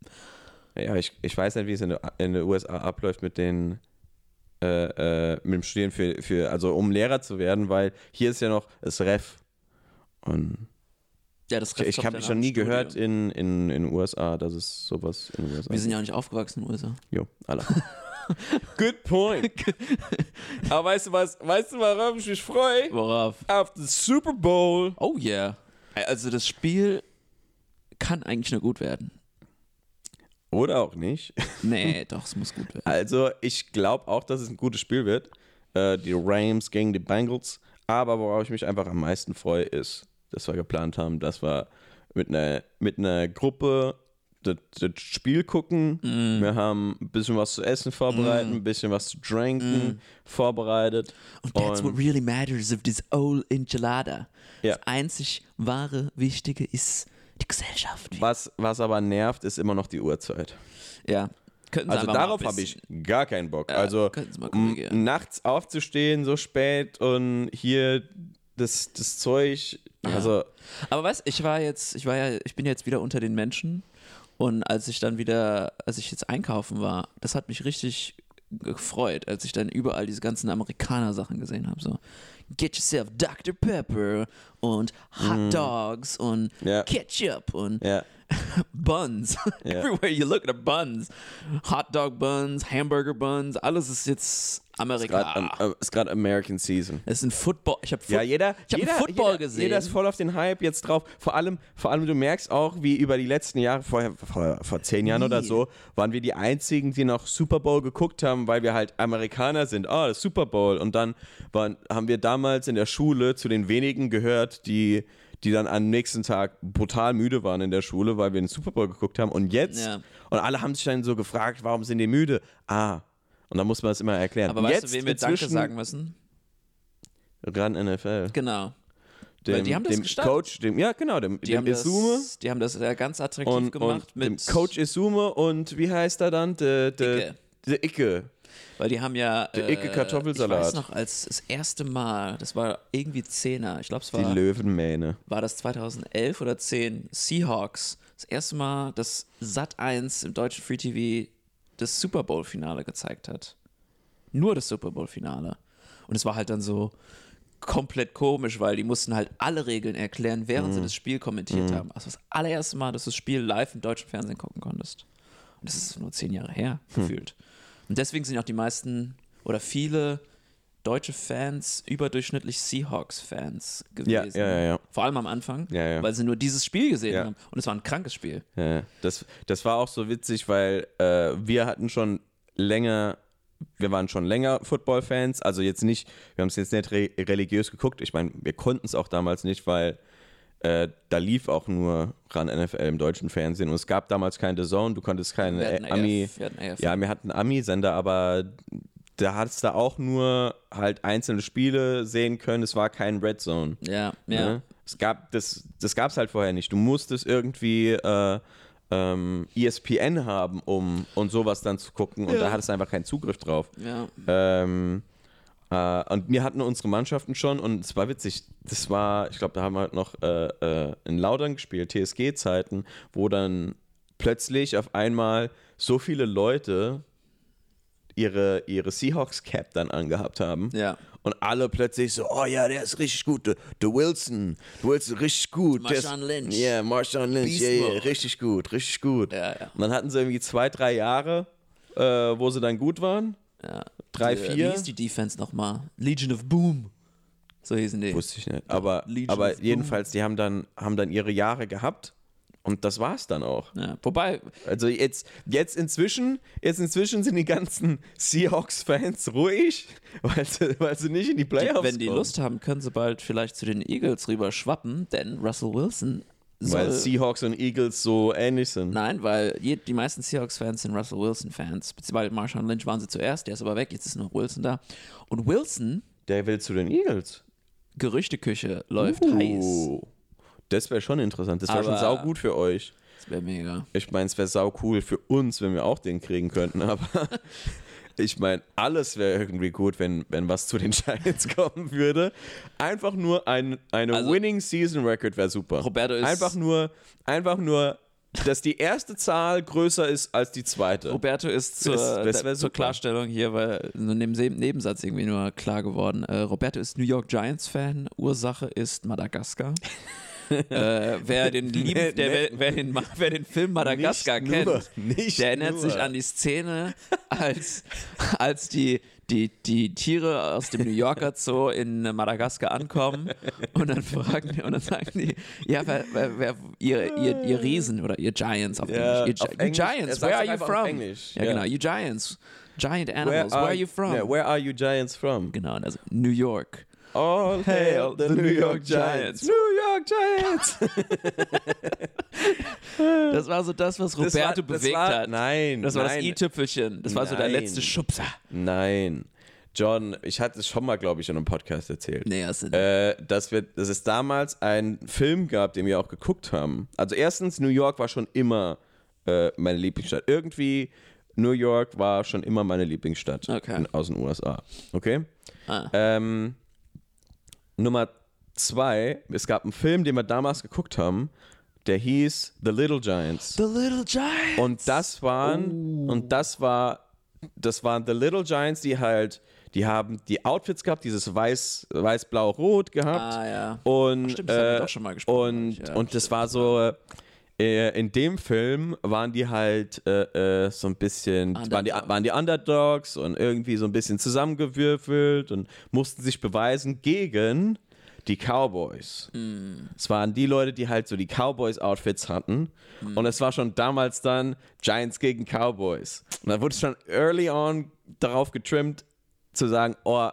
[SPEAKER 2] ja, ich, ich weiß nicht, wie es in den in den USA abläuft mit den äh, äh, mit dem Studieren für, für, also um Lehrer zu werden, weil hier ist ja noch das Ref. Und
[SPEAKER 1] Ja, das
[SPEAKER 2] ich, ich
[SPEAKER 1] kommt
[SPEAKER 2] habe
[SPEAKER 1] ja
[SPEAKER 2] schon
[SPEAKER 1] nach
[SPEAKER 2] nie
[SPEAKER 1] dem
[SPEAKER 2] gehört
[SPEAKER 1] Studium.
[SPEAKER 2] in den in, in USA, dass es sowas in den USA
[SPEAKER 1] Wir sind ja auch nicht aufgewachsen in den USA.
[SPEAKER 2] Jo, alle. Good point. Aber weißt du was, weißt du, worauf ich mich freue?
[SPEAKER 1] Worauf?
[SPEAKER 2] Auf den Super Bowl.
[SPEAKER 1] Oh yeah. Also das Spiel kann eigentlich nur gut werden.
[SPEAKER 2] Oder auch nicht.
[SPEAKER 1] Nee, doch, es muss gut werden.
[SPEAKER 2] Also, ich glaube auch, dass es ein gutes Spiel wird. Äh, die Rams gegen die Bengals. Aber worauf ich mich einfach am meisten freue, ist, dass wir geplant haben, dass wir mit einer, mit einer Gruppe das, das Spiel gucken.
[SPEAKER 1] Mm.
[SPEAKER 2] Wir haben ein bisschen was zu essen vorbereitet, ein bisschen was zu
[SPEAKER 1] Mm.
[SPEAKER 2] trinken vorbereitet.
[SPEAKER 1] Und that's what really matters of this old enchilada.
[SPEAKER 2] Ja.
[SPEAKER 1] Das einzig wahre Wichtige ist die Gesellschaft.
[SPEAKER 2] was, was aber nervt, ist immer noch die Uhrzeit.
[SPEAKER 1] Ja. Könnten Sie
[SPEAKER 2] Also
[SPEAKER 1] einfach mal
[SPEAKER 2] darauf
[SPEAKER 1] ein
[SPEAKER 2] habe ich
[SPEAKER 1] bisschen-
[SPEAKER 2] gar keinen Bock. also
[SPEAKER 1] könnten Sie mal
[SPEAKER 2] m-
[SPEAKER 1] korrigieren.
[SPEAKER 2] nachts aufzustehen so spät und hier das, das Zeug. Also
[SPEAKER 1] Aber weißt ich war jetzt, ich war ja, ich bin jetzt wieder unter den Menschen und als ich dann wieder, als ich jetzt einkaufen war, das hat mich richtig gefreut, als ich dann überall diese ganzen Amerikaner-Sachen gesehen habe. So, get yourself Dr. Pepper und Hot Dogs und
[SPEAKER 2] Mhm. Ja.
[SPEAKER 1] Ketchup und
[SPEAKER 2] ja,
[SPEAKER 1] Buns.
[SPEAKER 2] Ja.
[SPEAKER 1] Everywhere you look, the Buns. Hot Dog Buns, Hamburger Buns, alles ist jetzt
[SPEAKER 2] grad,
[SPEAKER 1] Amerika.
[SPEAKER 2] am- äh, ist gerade American Season.
[SPEAKER 1] Es ist ein Football. Ich habe
[SPEAKER 2] Ja, jeder,
[SPEAKER 1] Ich hab
[SPEAKER 2] jeder,
[SPEAKER 1] Football
[SPEAKER 2] jeder,
[SPEAKER 1] gesehen.
[SPEAKER 2] jeder ist voll auf den Hype jetzt drauf. Vor allem, vor allem, du merkst auch, wie über die letzten Jahre, vorher, vor, vor zehn Jahren oder so, waren wir die einzigen, die noch Super Bowl geguckt haben, weil wir halt Amerikaner sind. Ah, das Super Bowl. Und dann waren, haben wir damals in der Schule zu den wenigen gehört, die, die dann am nächsten Tag brutal müde waren in der Schule, weil wir den Super Bowl geguckt haben. Und jetzt,
[SPEAKER 1] Ja.
[SPEAKER 2] und alle haben sich dann so gefragt, warum sind die müde? Ah. Und dann muss man es immer erklären.
[SPEAKER 1] aber
[SPEAKER 2] Und
[SPEAKER 1] weißt
[SPEAKER 2] jetzt
[SPEAKER 1] du, wem wir Danke
[SPEAKER 2] inzwischen
[SPEAKER 1] sagen müssen?
[SPEAKER 2] Ran NFL
[SPEAKER 1] Genau.
[SPEAKER 2] dem,
[SPEAKER 1] die haben das
[SPEAKER 2] dem
[SPEAKER 1] gestartet.
[SPEAKER 2] Coach, dem, ja genau, dem,
[SPEAKER 1] Die
[SPEAKER 2] dem
[SPEAKER 1] haben,
[SPEAKER 2] Isume
[SPEAKER 1] das, die haben das ja ganz attraktiv
[SPEAKER 2] und,
[SPEAKER 1] gemacht
[SPEAKER 2] und
[SPEAKER 1] mit
[SPEAKER 2] dem Coach Isume und wie heißt er dann? Der de,
[SPEAKER 1] Icke.
[SPEAKER 2] de Icke.
[SPEAKER 1] weil die haben ja äh,
[SPEAKER 2] Der Icke
[SPEAKER 1] Ich
[SPEAKER 2] Kartoffelsalat.
[SPEAKER 1] weiß noch, als das erste Mal, das war irgendwie Zehner, ich glaube es
[SPEAKER 2] Die
[SPEAKER 1] war,
[SPEAKER 2] Löwenmähne.
[SPEAKER 1] war das 2011 oder 10 Seahawks, das erste Mal, dass Sat 1 im deutschen Free TV das Super Bowl Finale gezeigt hat. Nur das Super Bowl Finale. Und es war halt dann so komplett komisch, weil die mussten halt alle Regeln erklären, während
[SPEAKER 2] Mhm.
[SPEAKER 1] sie das Spiel kommentiert haben. Also das allererste Mal, dass du das Spiel live im deutschen Fernsehen gucken konntest. Und das ist nur zehn Jahre her,
[SPEAKER 2] Hm.
[SPEAKER 1] gefühlt. Und deswegen sind auch die meisten oder viele deutsche Fans überdurchschnittlich Seahawks-Fans gewesen.
[SPEAKER 2] ja, ja, ja.
[SPEAKER 1] Vor allem am Anfang,
[SPEAKER 2] Ja, ja.
[SPEAKER 1] weil sie nur dieses Spiel gesehen
[SPEAKER 2] Ja.
[SPEAKER 1] haben. Und es war ein krankes Spiel.
[SPEAKER 2] Ja, das, das war auch so witzig, weil äh, wir hatten schon länger, wir waren schon länger Football-Fans, also jetzt nicht, wir haben es jetzt nicht re religiös geguckt. Ich meine, wir konnten es auch damals nicht, weil äh, da lief auch nur ran NFL im deutschen Fernsehen und es gab damals keine Zone, du konntest keine
[SPEAKER 1] Wir hatten
[SPEAKER 2] äh, Ami.
[SPEAKER 1] AF, wir hatten AF.
[SPEAKER 2] Ja, wir hatten Ami-Sender, aber da hattest du auch nur halt einzelne Spiele sehen können. Es war kein Red Zone.
[SPEAKER 1] Ja, ja.
[SPEAKER 2] Ne? Es gab das, das gab es halt vorher nicht. Du musstest irgendwie äh, ähm, ESPN haben, um und sowas dann zu gucken. Und da hattest du einfach keinen Zugriff drauf.
[SPEAKER 1] ja.
[SPEAKER 2] Ähm, äh, und wir hatten unsere Mannschaften schon und es war witzig. Das war, ich glaube, da haben wir halt noch äh, äh, in Laudern gespielt, TSG-Zeiten, wo dann plötzlich auf einmal so viele Leute ihre, ihre Seahawks-Cap dann angehabt haben.
[SPEAKER 1] Ja.
[SPEAKER 2] Und alle plötzlich so, oh ja, der ist richtig gut, der, der Wilson, der Wilson, richtig gut. der ist-
[SPEAKER 1] Marshawn Lynch.
[SPEAKER 2] Ja, yeah, Marshawn Lynch,
[SPEAKER 1] Beast
[SPEAKER 2] ja, yeah, yeah,
[SPEAKER 1] Mode.
[SPEAKER 2] richtig gut, richtig gut.
[SPEAKER 1] Ja, ja.
[SPEAKER 2] Und dann hatten sie irgendwie zwei, drei Jahre, äh, wo sie dann gut waren.
[SPEAKER 1] ja.
[SPEAKER 2] Drei,
[SPEAKER 1] Die, äh,
[SPEAKER 2] vier.
[SPEAKER 1] Wie hieß die Defense nochmal? Legion of Boom. So hießen die.
[SPEAKER 2] Wusste ich nicht. Aber,
[SPEAKER 1] Legion of
[SPEAKER 2] aber
[SPEAKER 1] Boom.
[SPEAKER 2] jedenfalls, die haben dann, haben dann ihre Jahre gehabt und das war's dann auch.
[SPEAKER 1] Ja. Wobei,
[SPEAKER 2] Also jetzt, jetzt inzwischen, jetzt inzwischen sind die ganzen Seahawks-Fans ruhig, weil sie, weil sie nicht in
[SPEAKER 1] die,
[SPEAKER 2] die Playoffs
[SPEAKER 1] wenn die
[SPEAKER 2] kommen.
[SPEAKER 1] Lust haben, können sie bald vielleicht zu den Eagles rüber schwappen, denn Russell Wilson soll...
[SPEAKER 2] Weil Seahawks und Eagles so ähnlich sind.
[SPEAKER 1] Nein, weil je, die meisten Seahawks-Fans sind Russell Wilson-Fans. Beziehungsweise Marshawn Lynch waren sie zuerst, der ist aber weg, jetzt ist nur Wilson da. Und Wilson,
[SPEAKER 2] Der will zu den Eagles.
[SPEAKER 1] Gerüchteküche, läuft heiß.
[SPEAKER 2] Uh. Oh. Das wäre schon interessant. Das wäre schon
[SPEAKER 1] Aber-
[SPEAKER 2] saugut für euch.
[SPEAKER 1] Das wäre mega.
[SPEAKER 2] Ich meine, es wäre sau cool für uns, wenn wir auch den kriegen könnten, aber ich meine, alles wäre irgendwie gut, wenn, wenn was zu den Giants kommen würde. Einfach nur ein, eine
[SPEAKER 1] Also-
[SPEAKER 2] Winning Season Record wäre super.
[SPEAKER 1] Roberto ist-
[SPEAKER 2] einfach nur, einfach nur, dass die erste Zahl größer ist als die zweite.
[SPEAKER 1] Roberto ist zur,
[SPEAKER 2] Das- das wär
[SPEAKER 1] da- zur
[SPEAKER 2] super.
[SPEAKER 1] Klarstellung hier, weil nur in dem Se- Nebensatz irgendwie nur klar geworden. Äh, Roberto ist New York Giants-Fan, Ursache ist Madagaskar. äh, wer, den lieben, der,
[SPEAKER 2] Nee, nee.
[SPEAKER 1] wer, wer, den, Ma- wer den Film Madagaskar
[SPEAKER 2] Nicht
[SPEAKER 1] kennt,
[SPEAKER 2] nur, nicht
[SPEAKER 1] der erinnert
[SPEAKER 2] nur.
[SPEAKER 1] sich an die Szene, als, als die, die, die Tiere aus dem New Yorker Zoo in Madagaskar ankommen und dann fragen die, und dann sagen die, ja, wer, wer, wer, ihr, ihr, ihr Riesen oder ihr Giants auf
[SPEAKER 2] Ja,
[SPEAKER 1] Englisch. Ihr,
[SPEAKER 2] auf
[SPEAKER 1] Gi-
[SPEAKER 2] Englisch.
[SPEAKER 1] you
[SPEAKER 2] Er
[SPEAKER 1] Giants,
[SPEAKER 2] sagt's
[SPEAKER 1] where are
[SPEAKER 2] doch
[SPEAKER 1] you
[SPEAKER 2] einfach auf
[SPEAKER 1] from?
[SPEAKER 2] Englisch.
[SPEAKER 1] Ja,
[SPEAKER 2] Ja.
[SPEAKER 1] genau, you Giants, giant animals, where, are, you from?
[SPEAKER 2] yeah, where are you Giants from?
[SPEAKER 1] genau, und also New York.
[SPEAKER 2] All hail the New York Giants. New York Giants.
[SPEAKER 1] Das war so das, was Roberto
[SPEAKER 2] Das war- das
[SPEAKER 1] bewegt
[SPEAKER 2] war-
[SPEAKER 1] hat.
[SPEAKER 2] Nein,
[SPEAKER 1] das war das
[SPEAKER 2] nein.
[SPEAKER 1] i-Tüpfelchen. Das war so der
[SPEAKER 2] Nein.
[SPEAKER 1] letzte Schubser.
[SPEAKER 2] Nein. John, ich hatte es schon mal, glaube ich, in einem Podcast erzählt.
[SPEAKER 1] Nee, das sind
[SPEAKER 2] Äh, dass, wir, dass es damals einen Film gab, den wir auch geguckt haben. Also erstens, New York war schon immer äh, meine Lieblingsstadt. Irgendwie, New York war schon immer meine Lieblingsstadt
[SPEAKER 1] Okay.
[SPEAKER 2] in, aus den USA. Okay?
[SPEAKER 1] Ah.
[SPEAKER 2] Ähm, Nummer zwei, es gab einen Film, den wir damals geguckt haben, der hieß The Little Giants.
[SPEAKER 1] The Little Giants.
[SPEAKER 2] Und das waren, und das war, das waren The Little Giants, die halt, die haben die Outfits gehabt, dieses weiß, weiß, blau, rot gehabt.
[SPEAKER 1] Ah, ja.
[SPEAKER 2] Und,
[SPEAKER 1] Stimmt, das haben wir
[SPEAKER 2] äh,
[SPEAKER 1] doch schon mal gesprochen,
[SPEAKER 2] Und,
[SPEAKER 1] glaub ich, ja,
[SPEAKER 2] und das war so, äh, in dem Film waren die halt äh, äh, so ein bisschen, waren die,
[SPEAKER 1] Underdogs.
[SPEAKER 2] waren die Underdogs und irgendwie so ein bisschen zusammengewürfelt und mussten sich beweisen gegen die Cowboys.
[SPEAKER 1] Hm.
[SPEAKER 2] Es waren die Leute, die halt so die Cowboys-Outfits hatten.
[SPEAKER 1] Hm.
[SPEAKER 2] Und es war schon damals dann Giants gegen Cowboys. Und da wurde schon early on darauf getrimmt, zu sagen, oh,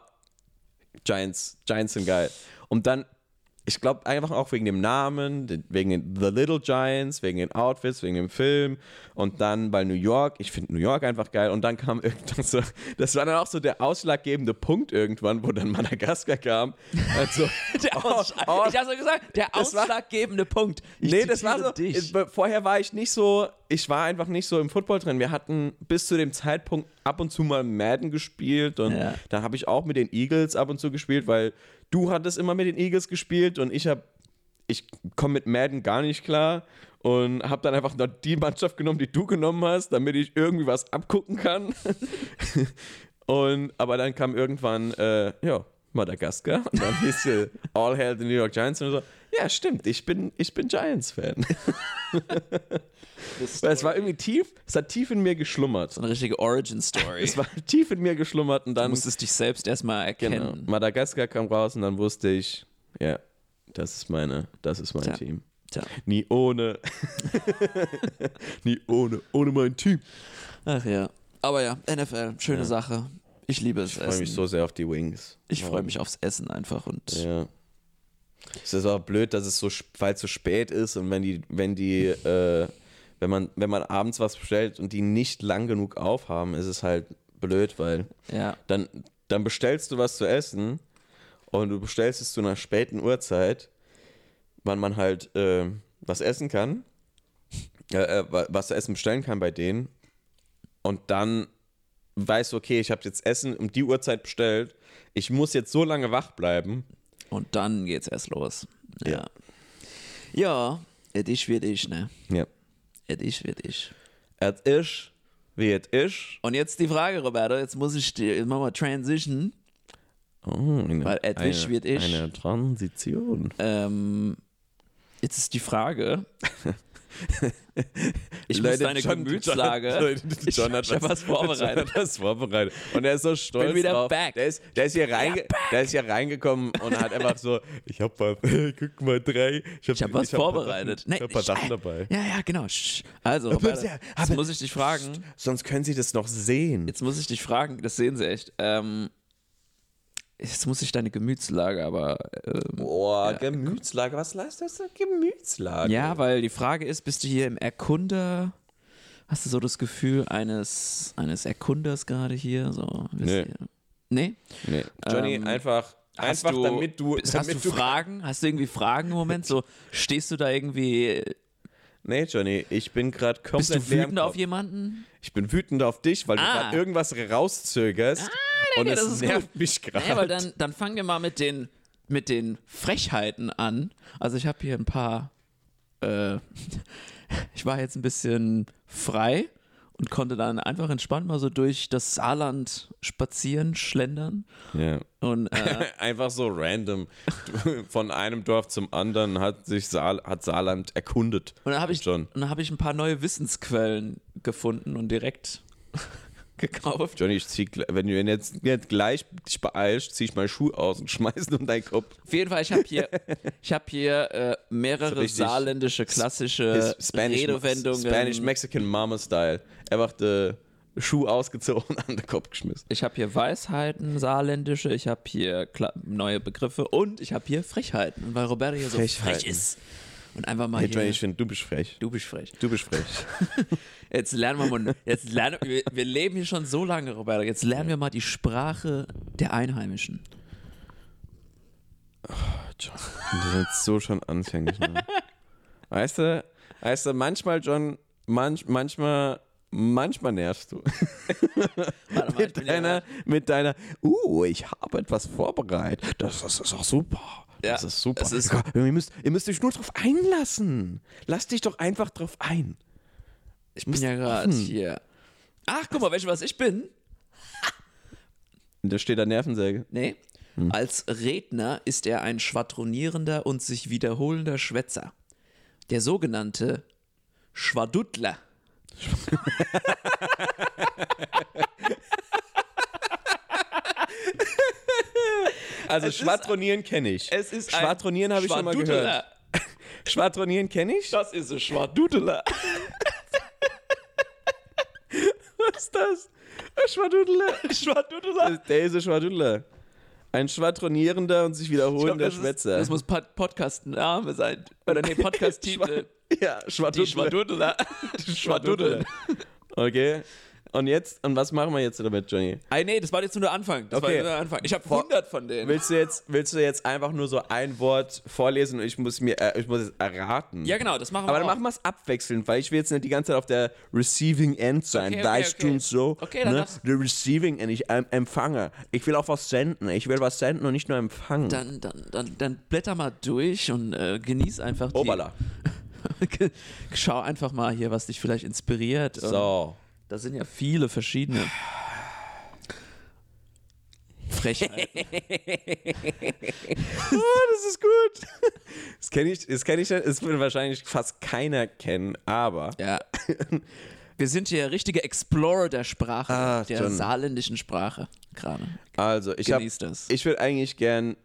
[SPEAKER 2] Giants, Giants sind geil. Und dann, ich glaube, einfach auch wegen dem Namen, den- wegen den The Little Giants, wegen den Outfits, wegen dem Film und dann bei New York. Ich finde New York einfach geil. Und dann kam irgendwann so, das war dann auch so der ausschlaggebende Punkt irgendwann, wo dann Madagaskar kam. Also,
[SPEAKER 1] Der Ausschlag,
[SPEAKER 2] oh,
[SPEAKER 1] ich hab's ja gesagt, der
[SPEAKER 2] Das war-
[SPEAKER 1] ausschlaggebende Punkt. Ich
[SPEAKER 2] Nee, das war
[SPEAKER 1] zitiere
[SPEAKER 2] so.
[SPEAKER 1] Dich.
[SPEAKER 2] ich- Äh, Vorher war ich nicht so, ich war einfach nicht so im Football drin. Wir hatten bis zu dem Zeitpunkt ab und zu mal Madden gespielt und
[SPEAKER 1] Ja.
[SPEAKER 2] dann habe ich auch mit den Eagles ab und zu gespielt, weil du hattest immer mit den Eagles gespielt und ich habe, ich komme mit Madden gar nicht klar und habe dann einfach noch die Mannschaft genommen, die du genommen hast, damit ich irgendwie was abgucken kann. und aber dann kam irgendwann, äh, ja. Madagaskar und dann hieß äh, All Hail the New York Giants und so, ja stimmt, ich bin, ich bin Giants-Fan. Weil Es war irgendwie tief, es hat tief in mir geschlummert.
[SPEAKER 1] eine richtige Origin-Story.
[SPEAKER 2] Es war tief in mir geschlummert und
[SPEAKER 1] Du
[SPEAKER 2] dann
[SPEAKER 1] musstest dich selbst erstmal
[SPEAKER 2] genau,
[SPEAKER 1] erkennen.
[SPEAKER 2] Madagaskar kam raus und dann wusste ich, ja, das ist meine, das ist mein
[SPEAKER 1] Tja.
[SPEAKER 2] Team.
[SPEAKER 1] Tja.
[SPEAKER 2] Nie ohne, nie ohne, ohne mein Team.
[SPEAKER 1] Ach ja. Aber ja, NFL, schöne
[SPEAKER 2] Ja.
[SPEAKER 1] Sache. Ich liebe es.
[SPEAKER 2] Ich freue mich so sehr auf die Wings.
[SPEAKER 1] ich freue mich aufs Essen einfach und
[SPEAKER 2] Ja. Es ist auch blöd, dass es so, sp- weil es so spät ist und wenn die, wenn die, äh, wenn man, wenn man abends was bestellt und die nicht lang genug aufhaben, ist es halt blöd, weil
[SPEAKER 1] ja.
[SPEAKER 2] dann, dann bestellst du was zu essen und du bestellst es zu einer späten Uhrzeit, wann man halt äh, was essen kann, äh, äh, wa- was zu essen bestellen kann bei denen. Und dann weißt du, okay, ich habe jetzt Essen um die Uhrzeit bestellt. Ich muss jetzt so lange wach bleiben.
[SPEAKER 1] Und dann geht's erst los. Ja. Ja,
[SPEAKER 2] Ja.
[SPEAKER 1] es ist wie es ist, ne?
[SPEAKER 2] Ja.
[SPEAKER 1] Es ist wie es ist.
[SPEAKER 2] Es ist, wie es ist.
[SPEAKER 1] Und jetzt die Frage, Roberto, jetzt muss ich dir, jetzt machen wir Transition.
[SPEAKER 2] Oh, eine,
[SPEAKER 1] Weil et isch
[SPEAKER 2] eine-
[SPEAKER 1] wird isch.
[SPEAKER 2] Eine Transition.
[SPEAKER 1] Ähm, jetzt ist die Frage. Ich muss deine Gemütslage.
[SPEAKER 2] Leute, John
[SPEAKER 1] ich
[SPEAKER 2] hat
[SPEAKER 1] ich habe was vorbereitet.
[SPEAKER 2] John hat was vorbereitet. Und er ist so stolz
[SPEAKER 1] Bin wieder
[SPEAKER 2] drauf.
[SPEAKER 1] back.
[SPEAKER 2] Der, ist, der, ist hier reinge der ist hier reingekommen und hat einfach so, ich hab was, guck mal, drei.
[SPEAKER 1] Ich habe was vorbereitet.
[SPEAKER 2] Ich hab paar Sachen
[SPEAKER 1] ich-
[SPEAKER 2] dabei.
[SPEAKER 1] Ja, ja, genau. Sch- Also, Roberto,
[SPEAKER 2] ja,
[SPEAKER 1] jetzt
[SPEAKER 2] aber-
[SPEAKER 1] muss ich dich fragen.
[SPEAKER 2] Sonst können sie das noch sehen.
[SPEAKER 1] Jetzt muss ich dich fragen. Das sehen sie echt. Ähm, jetzt muss ich deine Gemütslage aber. Ähm,
[SPEAKER 2] Boah, Gemütslage. Was heißt das? denn? Gemütslage.
[SPEAKER 1] ja, weil die Frage ist: Bist du hier im Erkunder? Hast du so das Gefühl eines, eines Erkunders gerade hier? So, bist
[SPEAKER 2] Nee.
[SPEAKER 1] du- Nee?
[SPEAKER 2] Nee. Johnny,
[SPEAKER 1] Ähm,
[SPEAKER 2] einfach,
[SPEAKER 1] Hast
[SPEAKER 2] einfach damit du.
[SPEAKER 1] bist-
[SPEAKER 2] damit
[SPEAKER 1] hast du Fragen? Hast du irgendwie Fragen im Moment? So stehst du da irgendwie
[SPEAKER 2] Nee, Johnny, ich bin gerade komplett
[SPEAKER 1] Bist du
[SPEAKER 2] leer im
[SPEAKER 1] wütend auf
[SPEAKER 2] Kopf.
[SPEAKER 1] jemanden?
[SPEAKER 2] Ich bin wütend auf dich, weil
[SPEAKER 1] Ah.
[SPEAKER 2] du gerade irgendwas rauszögerst. und
[SPEAKER 1] nee,
[SPEAKER 2] es
[SPEAKER 1] das ist
[SPEAKER 2] nervt mich gerade.
[SPEAKER 1] Naja, weil dann, dann fangen wir mal mit den, mit den Frechheiten an. Also ich habe hier ein paar. Äh, ich war jetzt ein bisschen frei und konnte dann einfach entspannt mal so durch das Saarland spazieren, schlendern.
[SPEAKER 2] ja.
[SPEAKER 1] Und äh,
[SPEAKER 2] Einfach so random. Von einem Dorf zum anderen hat sich Saar, hat Saarland erkundet.
[SPEAKER 1] Und dann habe ich,
[SPEAKER 2] Schon.
[SPEAKER 1] und dann hab ich ein paar neue Wissensquellen gefunden und direkt gekauft.
[SPEAKER 2] Johnny, ich zieh, gle- wenn du jetzt nicht gleich dich beeilst, zieh ich meinen Schuh aus und schmeiß ihn um deinen Kopf.
[SPEAKER 1] Auf jeden Fall, ich habe hier, ich hab hier äh,
[SPEAKER 2] So
[SPEAKER 1] mehrere
[SPEAKER 2] richtig
[SPEAKER 1] saarländische klassische
[SPEAKER 2] His Spanish,
[SPEAKER 1] Redewendungen.
[SPEAKER 2] Spanish Mexican Mama Style. Einfach den Schuh ausgezogen und an den Kopf geschmissen.
[SPEAKER 1] ich habe hier Weisheiten, saarländische, ich habe hier kla- neue Begriffe und ich habe hier Frechheiten. Und weil Roberto hier so frech
[SPEAKER 2] Frechheiten.
[SPEAKER 1] ist und einfach mal
[SPEAKER 2] Hey,
[SPEAKER 1] hier,
[SPEAKER 2] Johnny, ich finde, du bist frech.
[SPEAKER 1] du bist frech.
[SPEAKER 2] Du bist frech.
[SPEAKER 1] Jetzt lernen wir mal, jetzt lernen, wir, wir leben hier schon so lange, Roberto, jetzt lernen wir mal die Sprache der Einheimischen.
[SPEAKER 2] John, du bist jetzt so schon anfänglich. Ne? Weißt du, weißt du, manchmal, John, manch, manchmal, manchmal nervst du.
[SPEAKER 1] Warte mal, ich bin ja-
[SPEAKER 2] Deiner, mit deiner, uh, ich habe etwas vorbereitet. Das, das ist auch super.
[SPEAKER 1] Ja,
[SPEAKER 2] das ist super.
[SPEAKER 1] es ist-
[SPEAKER 2] ihr, müsst, ihr müsst euch nur drauf einlassen. Lass dich doch einfach drauf ein.
[SPEAKER 1] Ich bin ja gerade
[SPEAKER 2] Hm.
[SPEAKER 1] hier. Ach, guck mal, weißt du, was ich bin?
[SPEAKER 2] Da steht da Nervensäge.
[SPEAKER 1] Nee.
[SPEAKER 2] Hm.
[SPEAKER 1] Als Redner ist er ein schwadronierender und sich wiederholender Schwätzer. Der sogenannte Schwaduddler.
[SPEAKER 2] Also Schwadronieren kenne ich. Schwadronieren habe ich schon mal gehört. Schwadronieren kenne ich.
[SPEAKER 1] Das ist ein Schwaduddler.
[SPEAKER 2] Was ist das? Ein Schwadudler.
[SPEAKER 1] Schwaduddler.
[SPEAKER 2] Der ist ein Schwadudler. Ein schwadronierender und sich wiederholender
[SPEAKER 1] Das, ist-
[SPEAKER 2] Schwätzer.
[SPEAKER 1] das muss Pod Podcast-Name sein. Oder nee, Podcast-Titel.
[SPEAKER 2] ja,
[SPEAKER 1] Die
[SPEAKER 2] Schwadudler.
[SPEAKER 1] Schwaduddler. Die Schwaduddeln.
[SPEAKER 2] Okay. Und jetzt, und was machen wir jetzt damit, Johnny?
[SPEAKER 1] Ah, nee, das war jetzt nur der Anfang. Das war
[SPEAKER 2] Okay.
[SPEAKER 1] nur der Anfang. Ich habe 100 von denen.
[SPEAKER 2] Willst du, jetzt, willst du jetzt einfach nur so ein Wort vorlesen und ich muss mir äh, ich muss es erraten?
[SPEAKER 1] Ja, genau, das machen wir.
[SPEAKER 2] Aber dann
[SPEAKER 1] auch.
[SPEAKER 2] machen wir es abwechselnd, weil ich will jetzt nicht die ganze Zeit auf der Receiving End sein.
[SPEAKER 1] Okay,
[SPEAKER 2] Okay,
[SPEAKER 1] okay,
[SPEAKER 2] weißt
[SPEAKER 1] okay.
[SPEAKER 2] du so?
[SPEAKER 1] Okay, dann
[SPEAKER 2] ne?
[SPEAKER 1] darfst-
[SPEAKER 2] The Receiving End, ich ähm, empfange. Ich will auch was senden. Ich will was senden und nicht nur empfangen.
[SPEAKER 1] Dann, dann, dann, dann blätter mal durch und äh, genieß einfach die.
[SPEAKER 2] Obala.
[SPEAKER 1] Schau einfach mal hier, was dich vielleicht inspiriert. Und
[SPEAKER 2] So.
[SPEAKER 1] Da sind ja viele verschiedene. Frechheiten.
[SPEAKER 2] das ist gut. Das kenne ich, das kenne ich, nicht. das will wahrscheinlich fast keiner kennen, aber
[SPEAKER 1] ja. Wir sind hier richtige Explorer der Sprache,
[SPEAKER 2] Ah,
[SPEAKER 1] der
[SPEAKER 2] John.
[SPEAKER 1] saarländischen Sprache gerade.
[SPEAKER 2] also ich habe
[SPEAKER 1] Genieß das.
[SPEAKER 2] ich würde eigentlich gern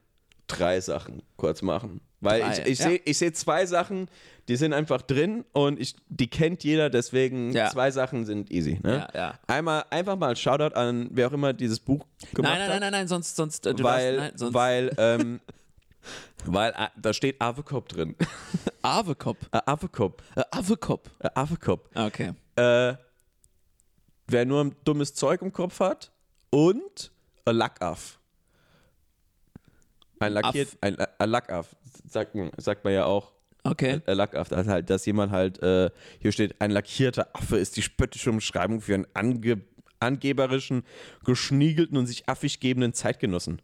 [SPEAKER 2] drei Sachen kurz machen, weil
[SPEAKER 1] Drei,
[SPEAKER 2] ich, ich
[SPEAKER 1] ja.
[SPEAKER 2] sehe ich sehe zwei Sachen, die sind einfach drin und ich die kennt jeder, deswegen
[SPEAKER 1] Ja.
[SPEAKER 2] zwei Sachen sind easy, ne?
[SPEAKER 1] Ja, ja.
[SPEAKER 2] Einmal einfach mal ein Shoutout an wer auch immer dieses Buch gemacht
[SPEAKER 1] Nein, nein,
[SPEAKER 2] hat.
[SPEAKER 1] nein, nein, nein, sonst, sonst, äh, du
[SPEAKER 2] weil,
[SPEAKER 1] darfst, nein, sonst
[SPEAKER 2] weil, ähm, weil äh, da steht Avekop drin.
[SPEAKER 1] Avekop.
[SPEAKER 2] Äh, Avekop,
[SPEAKER 1] Äh, Avekop.
[SPEAKER 2] äh, Avekop.
[SPEAKER 1] Okay.
[SPEAKER 2] Äh, wer nur ein dummes Zeug im Kopf hat und a Lackaff. Ein lackiert,
[SPEAKER 1] Aff.
[SPEAKER 2] ein, a Lackaff, sagt, man- sagt man ja auch.
[SPEAKER 1] Okay.
[SPEAKER 2] A Lackaff, das halt, dass jemand halt, äh, hier steht, ein lackierter Affe ist die spöttische Umschreibung für einen ange angeberischen, geschniegelten und sich affig gebenden Zeitgenossen.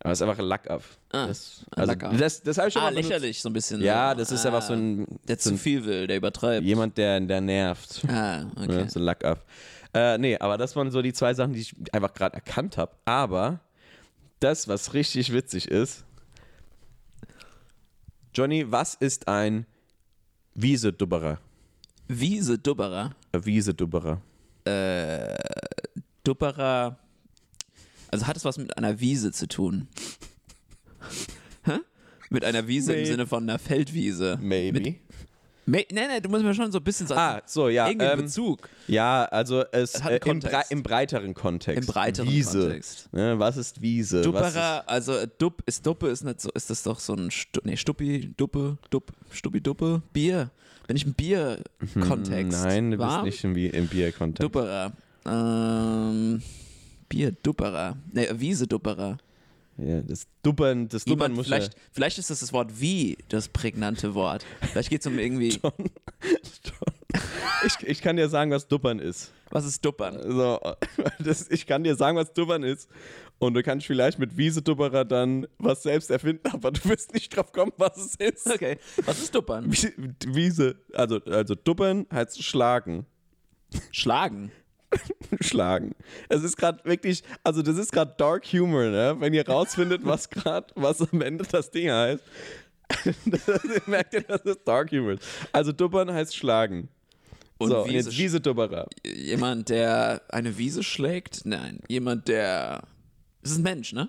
[SPEAKER 2] Aber es ist einfach ein Lackaff.
[SPEAKER 1] Ah,
[SPEAKER 2] das,
[SPEAKER 1] ein
[SPEAKER 2] also,
[SPEAKER 1] Lackaff.
[SPEAKER 2] Das, das habe ich schon
[SPEAKER 1] Ah,
[SPEAKER 2] mal benutzt.
[SPEAKER 1] lächerlich, so ein bisschen.
[SPEAKER 2] Ja,
[SPEAKER 1] so.
[SPEAKER 2] das ist
[SPEAKER 1] ah,
[SPEAKER 2] einfach so ein,
[SPEAKER 1] Der
[SPEAKER 2] so
[SPEAKER 1] zu
[SPEAKER 2] ein
[SPEAKER 1] viel will, der übertreibt.
[SPEAKER 2] jemand, der, der nervt.
[SPEAKER 1] Ah, okay.
[SPEAKER 2] Ne? So Lack ab. Äh, nee, aber das waren so die zwei Sachen, die ich einfach gerade erkannt habe. Aber das, was richtig witzig ist, Johnny, was ist ein Wiesedubberer?
[SPEAKER 1] Wiese Dubberer.
[SPEAKER 2] Äh, Wiesedubberer.
[SPEAKER 1] Dubberer. Also hat es was mit einer Wiese zu tun? Hä? mit einer Wiese im
[SPEAKER 2] May-
[SPEAKER 1] Sinne von einer Feldwiese.
[SPEAKER 2] Maybe.
[SPEAKER 1] Me nee, nee, du musst mir schon so ein bisschen sagen.
[SPEAKER 2] Ah, so, ja.
[SPEAKER 1] irgendeinen
[SPEAKER 2] Ähm,
[SPEAKER 1] Bezug
[SPEAKER 2] ja, also es,
[SPEAKER 1] hat
[SPEAKER 2] äh,
[SPEAKER 1] einen
[SPEAKER 2] im,
[SPEAKER 1] Kontext.
[SPEAKER 2] brei- im breiteren Kontext.
[SPEAKER 1] im breiteren
[SPEAKER 2] Wiese.
[SPEAKER 1] Kontext.
[SPEAKER 2] Ne, was ist Wiese? was ist
[SPEAKER 1] Dubberer, also äh, Dupp ist Duppe, ist nicht so, ist das doch so ein Stu nee, Stuppi, Duppe, Dupp, Stuppi, Duppe, Bier. Bin ich im Bier-Kontext?
[SPEAKER 2] Hm, Nein, du
[SPEAKER 1] Warm?
[SPEAKER 2] bist nicht im, Bi- im Bierkontext.
[SPEAKER 1] Dupperer. Ähm, Bier Dupperer. Ne, Wiese Dupperer.
[SPEAKER 2] Ja, das Duppern, das Duppern
[SPEAKER 1] Jemand,
[SPEAKER 2] muss
[SPEAKER 1] vielleicht, vielleicht ist das das Wort wie das prägnante Wort. Vielleicht geht es um irgendwie,
[SPEAKER 2] ja. Ich, ich kann dir sagen, was Duppern ist.
[SPEAKER 1] was ist Duppern?
[SPEAKER 2] So, das, ich kann dir sagen, was Duppern ist. Und du kannst vielleicht mit Wiese-Dupperer dann was selbst erfinden, aber du wirst nicht drauf kommen, was es ist.
[SPEAKER 1] Okay, was ist Duppern?
[SPEAKER 2] Wie- Wiese, also, also Duppern heißt schlagen.
[SPEAKER 1] Schlagen.
[SPEAKER 2] schlagen. Es ist gerade wirklich, also das ist gerade Dark Humor, ne? Wenn ihr rausfindet, was gerade, was am Ende das Ding heißt, dann merkt ihr, dass es Dark Humor ist. Also duppern heißt schlagen.
[SPEAKER 1] Und
[SPEAKER 2] so, und
[SPEAKER 1] Wiese,
[SPEAKER 2] jetzt Wiese Dupperer.
[SPEAKER 1] jemand, der eine Wiese schlägt? Nein, jemand, der. Es ist ein Mensch, ne?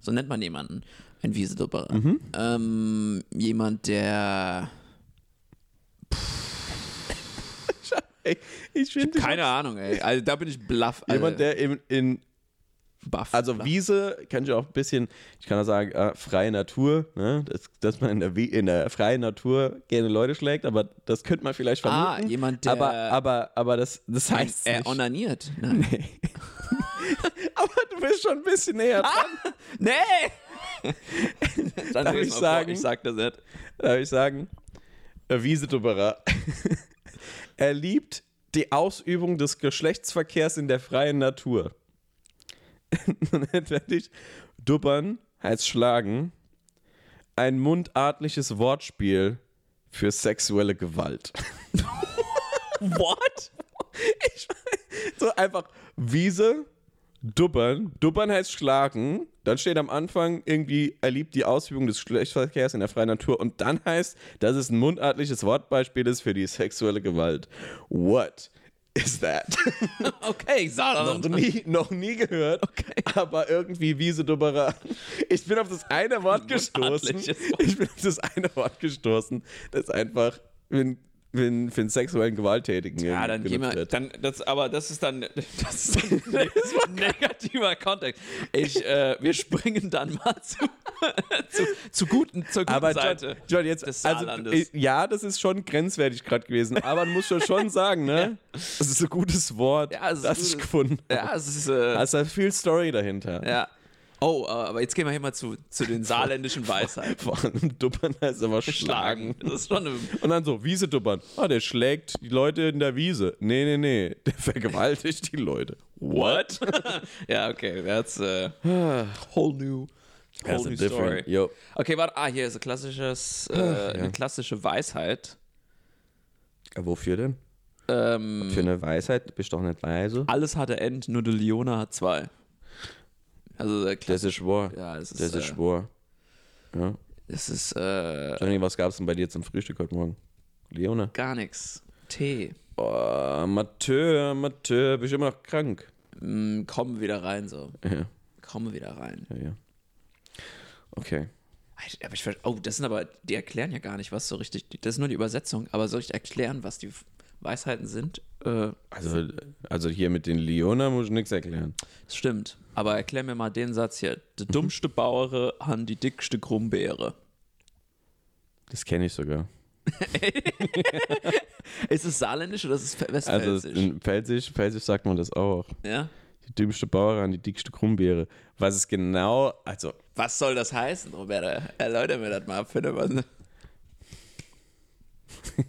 [SPEAKER 1] So nennt man jemanden. Ein Wiesedupperer.
[SPEAKER 2] Mhm.
[SPEAKER 1] Ähm, jemand, der.
[SPEAKER 2] Ey, ich finde
[SPEAKER 1] Keine Ahnung, ey. Also da bin ich bluff. Alter.
[SPEAKER 2] jemand, der in, in
[SPEAKER 1] Buff.
[SPEAKER 2] also
[SPEAKER 1] bluff.
[SPEAKER 2] Wiese kann ich auch ein bisschen, ich kann auch sagen, äh, freie Natur, ne? Dass, dass man in der, Wi- in der freien Natur gerne Leute schlägt, aber das könnte man vielleicht vermuten.
[SPEAKER 1] Ah, jemand, der- äh,
[SPEAKER 2] aber, aber, aber das, das heißt.
[SPEAKER 1] Er
[SPEAKER 2] nicht.
[SPEAKER 1] onaniert. Nein.
[SPEAKER 2] aber du bist schon ein bisschen näher dran.
[SPEAKER 1] Nee! Dann
[SPEAKER 2] Darf
[SPEAKER 1] lese
[SPEAKER 2] ich
[SPEAKER 1] mal
[SPEAKER 2] sagen?
[SPEAKER 1] Vor. Ich sag das nicht.
[SPEAKER 2] Darf ich sagen? Äh, Wiese Dubberer. er liebt die Ausübung des Geschlechtsverkehrs in der freien Natur. Und dann werd ich Dubbern heißt schlagen. Ein mundartliches Wortspiel für sexuelle Gewalt.
[SPEAKER 1] What?
[SPEAKER 2] So einfach Wiese, Dubbern. Dubbern heißt schlagen. Dann steht am Anfang irgendwie, er liebt die Ausübung des Geschlechtsverkehrs in der freien Natur. Und dann heißt, dass es ein mundartliches Wortbeispiel ist für die sexuelle Gewalt. What is that?
[SPEAKER 1] Okay, ich sah das.
[SPEAKER 2] noch, nie, noch nie gehört, aber irgendwie Wiese, Dubberer. Ich bin auf das eine Wort gestoßen.
[SPEAKER 1] Mundartliches Wort.
[SPEAKER 2] Ich bin auf das eine Wort gestoßen, das einfach wenn wenn für einen sexuellen Gewalttätigen
[SPEAKER 1] Ja, dann geh
[SPEAKER 2] benutzt
[SPEAKER 1] mal,
[SPEAKER 2] wird.
[SPEAKER 1] dann, das, aber das ist dann, das ist ein negativer Kontext. Ich, äh, wir springen dann mal zu, zu, zu guten, zur guten
[SPEAKER 2] aber
[SPEAKER 1] Seite.
[SPEAKER 2] John, John, jetzt,
[SPEAKER 1] des
[SPEAKER 2] also,
[SPEAKER 1] Saarlandes.
[SPEAKER 2] äh, ja, das ist schon grenzwertig gerade gewesen, aber man muss ja schon sagen, ne? Das ist ein gutes Wort,
[SPEAKER 1] Ja, es ist
[SPEAKER 2] das
[SPEAKER 1] gut.
[SPEAKER 2] ich gefunden habe.
[SPEAKER 1] ja, es ist, äh,
[SPEAKER 2] Also viel Story dahinter.
[SPEAKER 1] ja. Oh, äh, aber jetzt gehen wir hier mal zu, zu den saarländischen Weisheiten.
[SPEAKER 2] Vor allem duppern heißt aber schlagen.
[SPEAKER 1] Schlagen. Das ist schon eine,
[SPEAKER 2] Und dann so, Wiese duppern. Ah, der schlägt die Leute in der Wiese. Nee, nee, nee, der vergewaltigt die Leute.
[SPEAKER 1] what? ja, okay, that's a whole new, whole
[SPEAKER 2] That's a
[SPEAKER 1] new story.
[SPEAKER 2] different- yo.
[SPEAKER 1] Okay, warte, ah, hier ist ein klassisches, äh, eine klassische Weisheit.
[SPEAKER 2] Wofür denn?
[SPEAKER 1] Ähm,
[SPEAKER 2] Für eine Weisheit bist du doch nicht weise.
[SPEAKER 1] alles hatte End, nur die Leona hat zwei. Also der Kla
[SPEAKER 2] Das ist wahr.
[SPEAKER 1] ja, es ist,
[SPEAKER 2] Das
[SPEAKER 1] äh,
[SPEAKER 2] ist wahr. Ja.
[SPEAKER 1] es ist äh,
[SPEAKER 2] Johnny, was gab's denn bei dir zum Frühstück heute Morgen? Leone?
[SPEAKER 1] gar nichts. Tee.
[SPEAKER 2] Oh, Amateur, Amateur, bist immer noch krank.
[SPEAKER 1] Mm, komm wieder rein so.
[SPEAKER 2] Ja,
[SPEAKER 1] Komm wieder rein.
[SPEAKER 2] ja, ja. Okay.
[SPEAKER 1] Aber ich ver- oh, das sind aber die erklären ja gar nicht, was so richtig. Das ist nur die Übersetzung, aber so richtig erklären, was die Weisheiten sind. Äh,
[SPEAKER 2] Also, also hier mit den Leona muss ich nichts erklären.
[SPEAKER 1] das stimmt. Aber erklär mir mal den Satz hier. Der
[SPEAKER 2] Mhm.
[SPEAKER 1] dummste Bauere han die dickste Grumbeere.
[SPEAKER 2] Das kenne ich sogar.
[SPEAKER 1] Ist es saarländisch oder ist es fe-
[SPEAKER 2] Also
[SPEAKER 1] westfälisch?
[SPEAKER 2] in Pfälzisch, Pfälzisch sagt man das auch.
[SPEAKER 1] ja?
[SPEAKER 2] Die dümmste Bauerin, die dickste Krummbeere. Was ist genau, also
[SPEAKER 1] Was soll das heißen, Roberta? Erläuter mir das mal, finde was.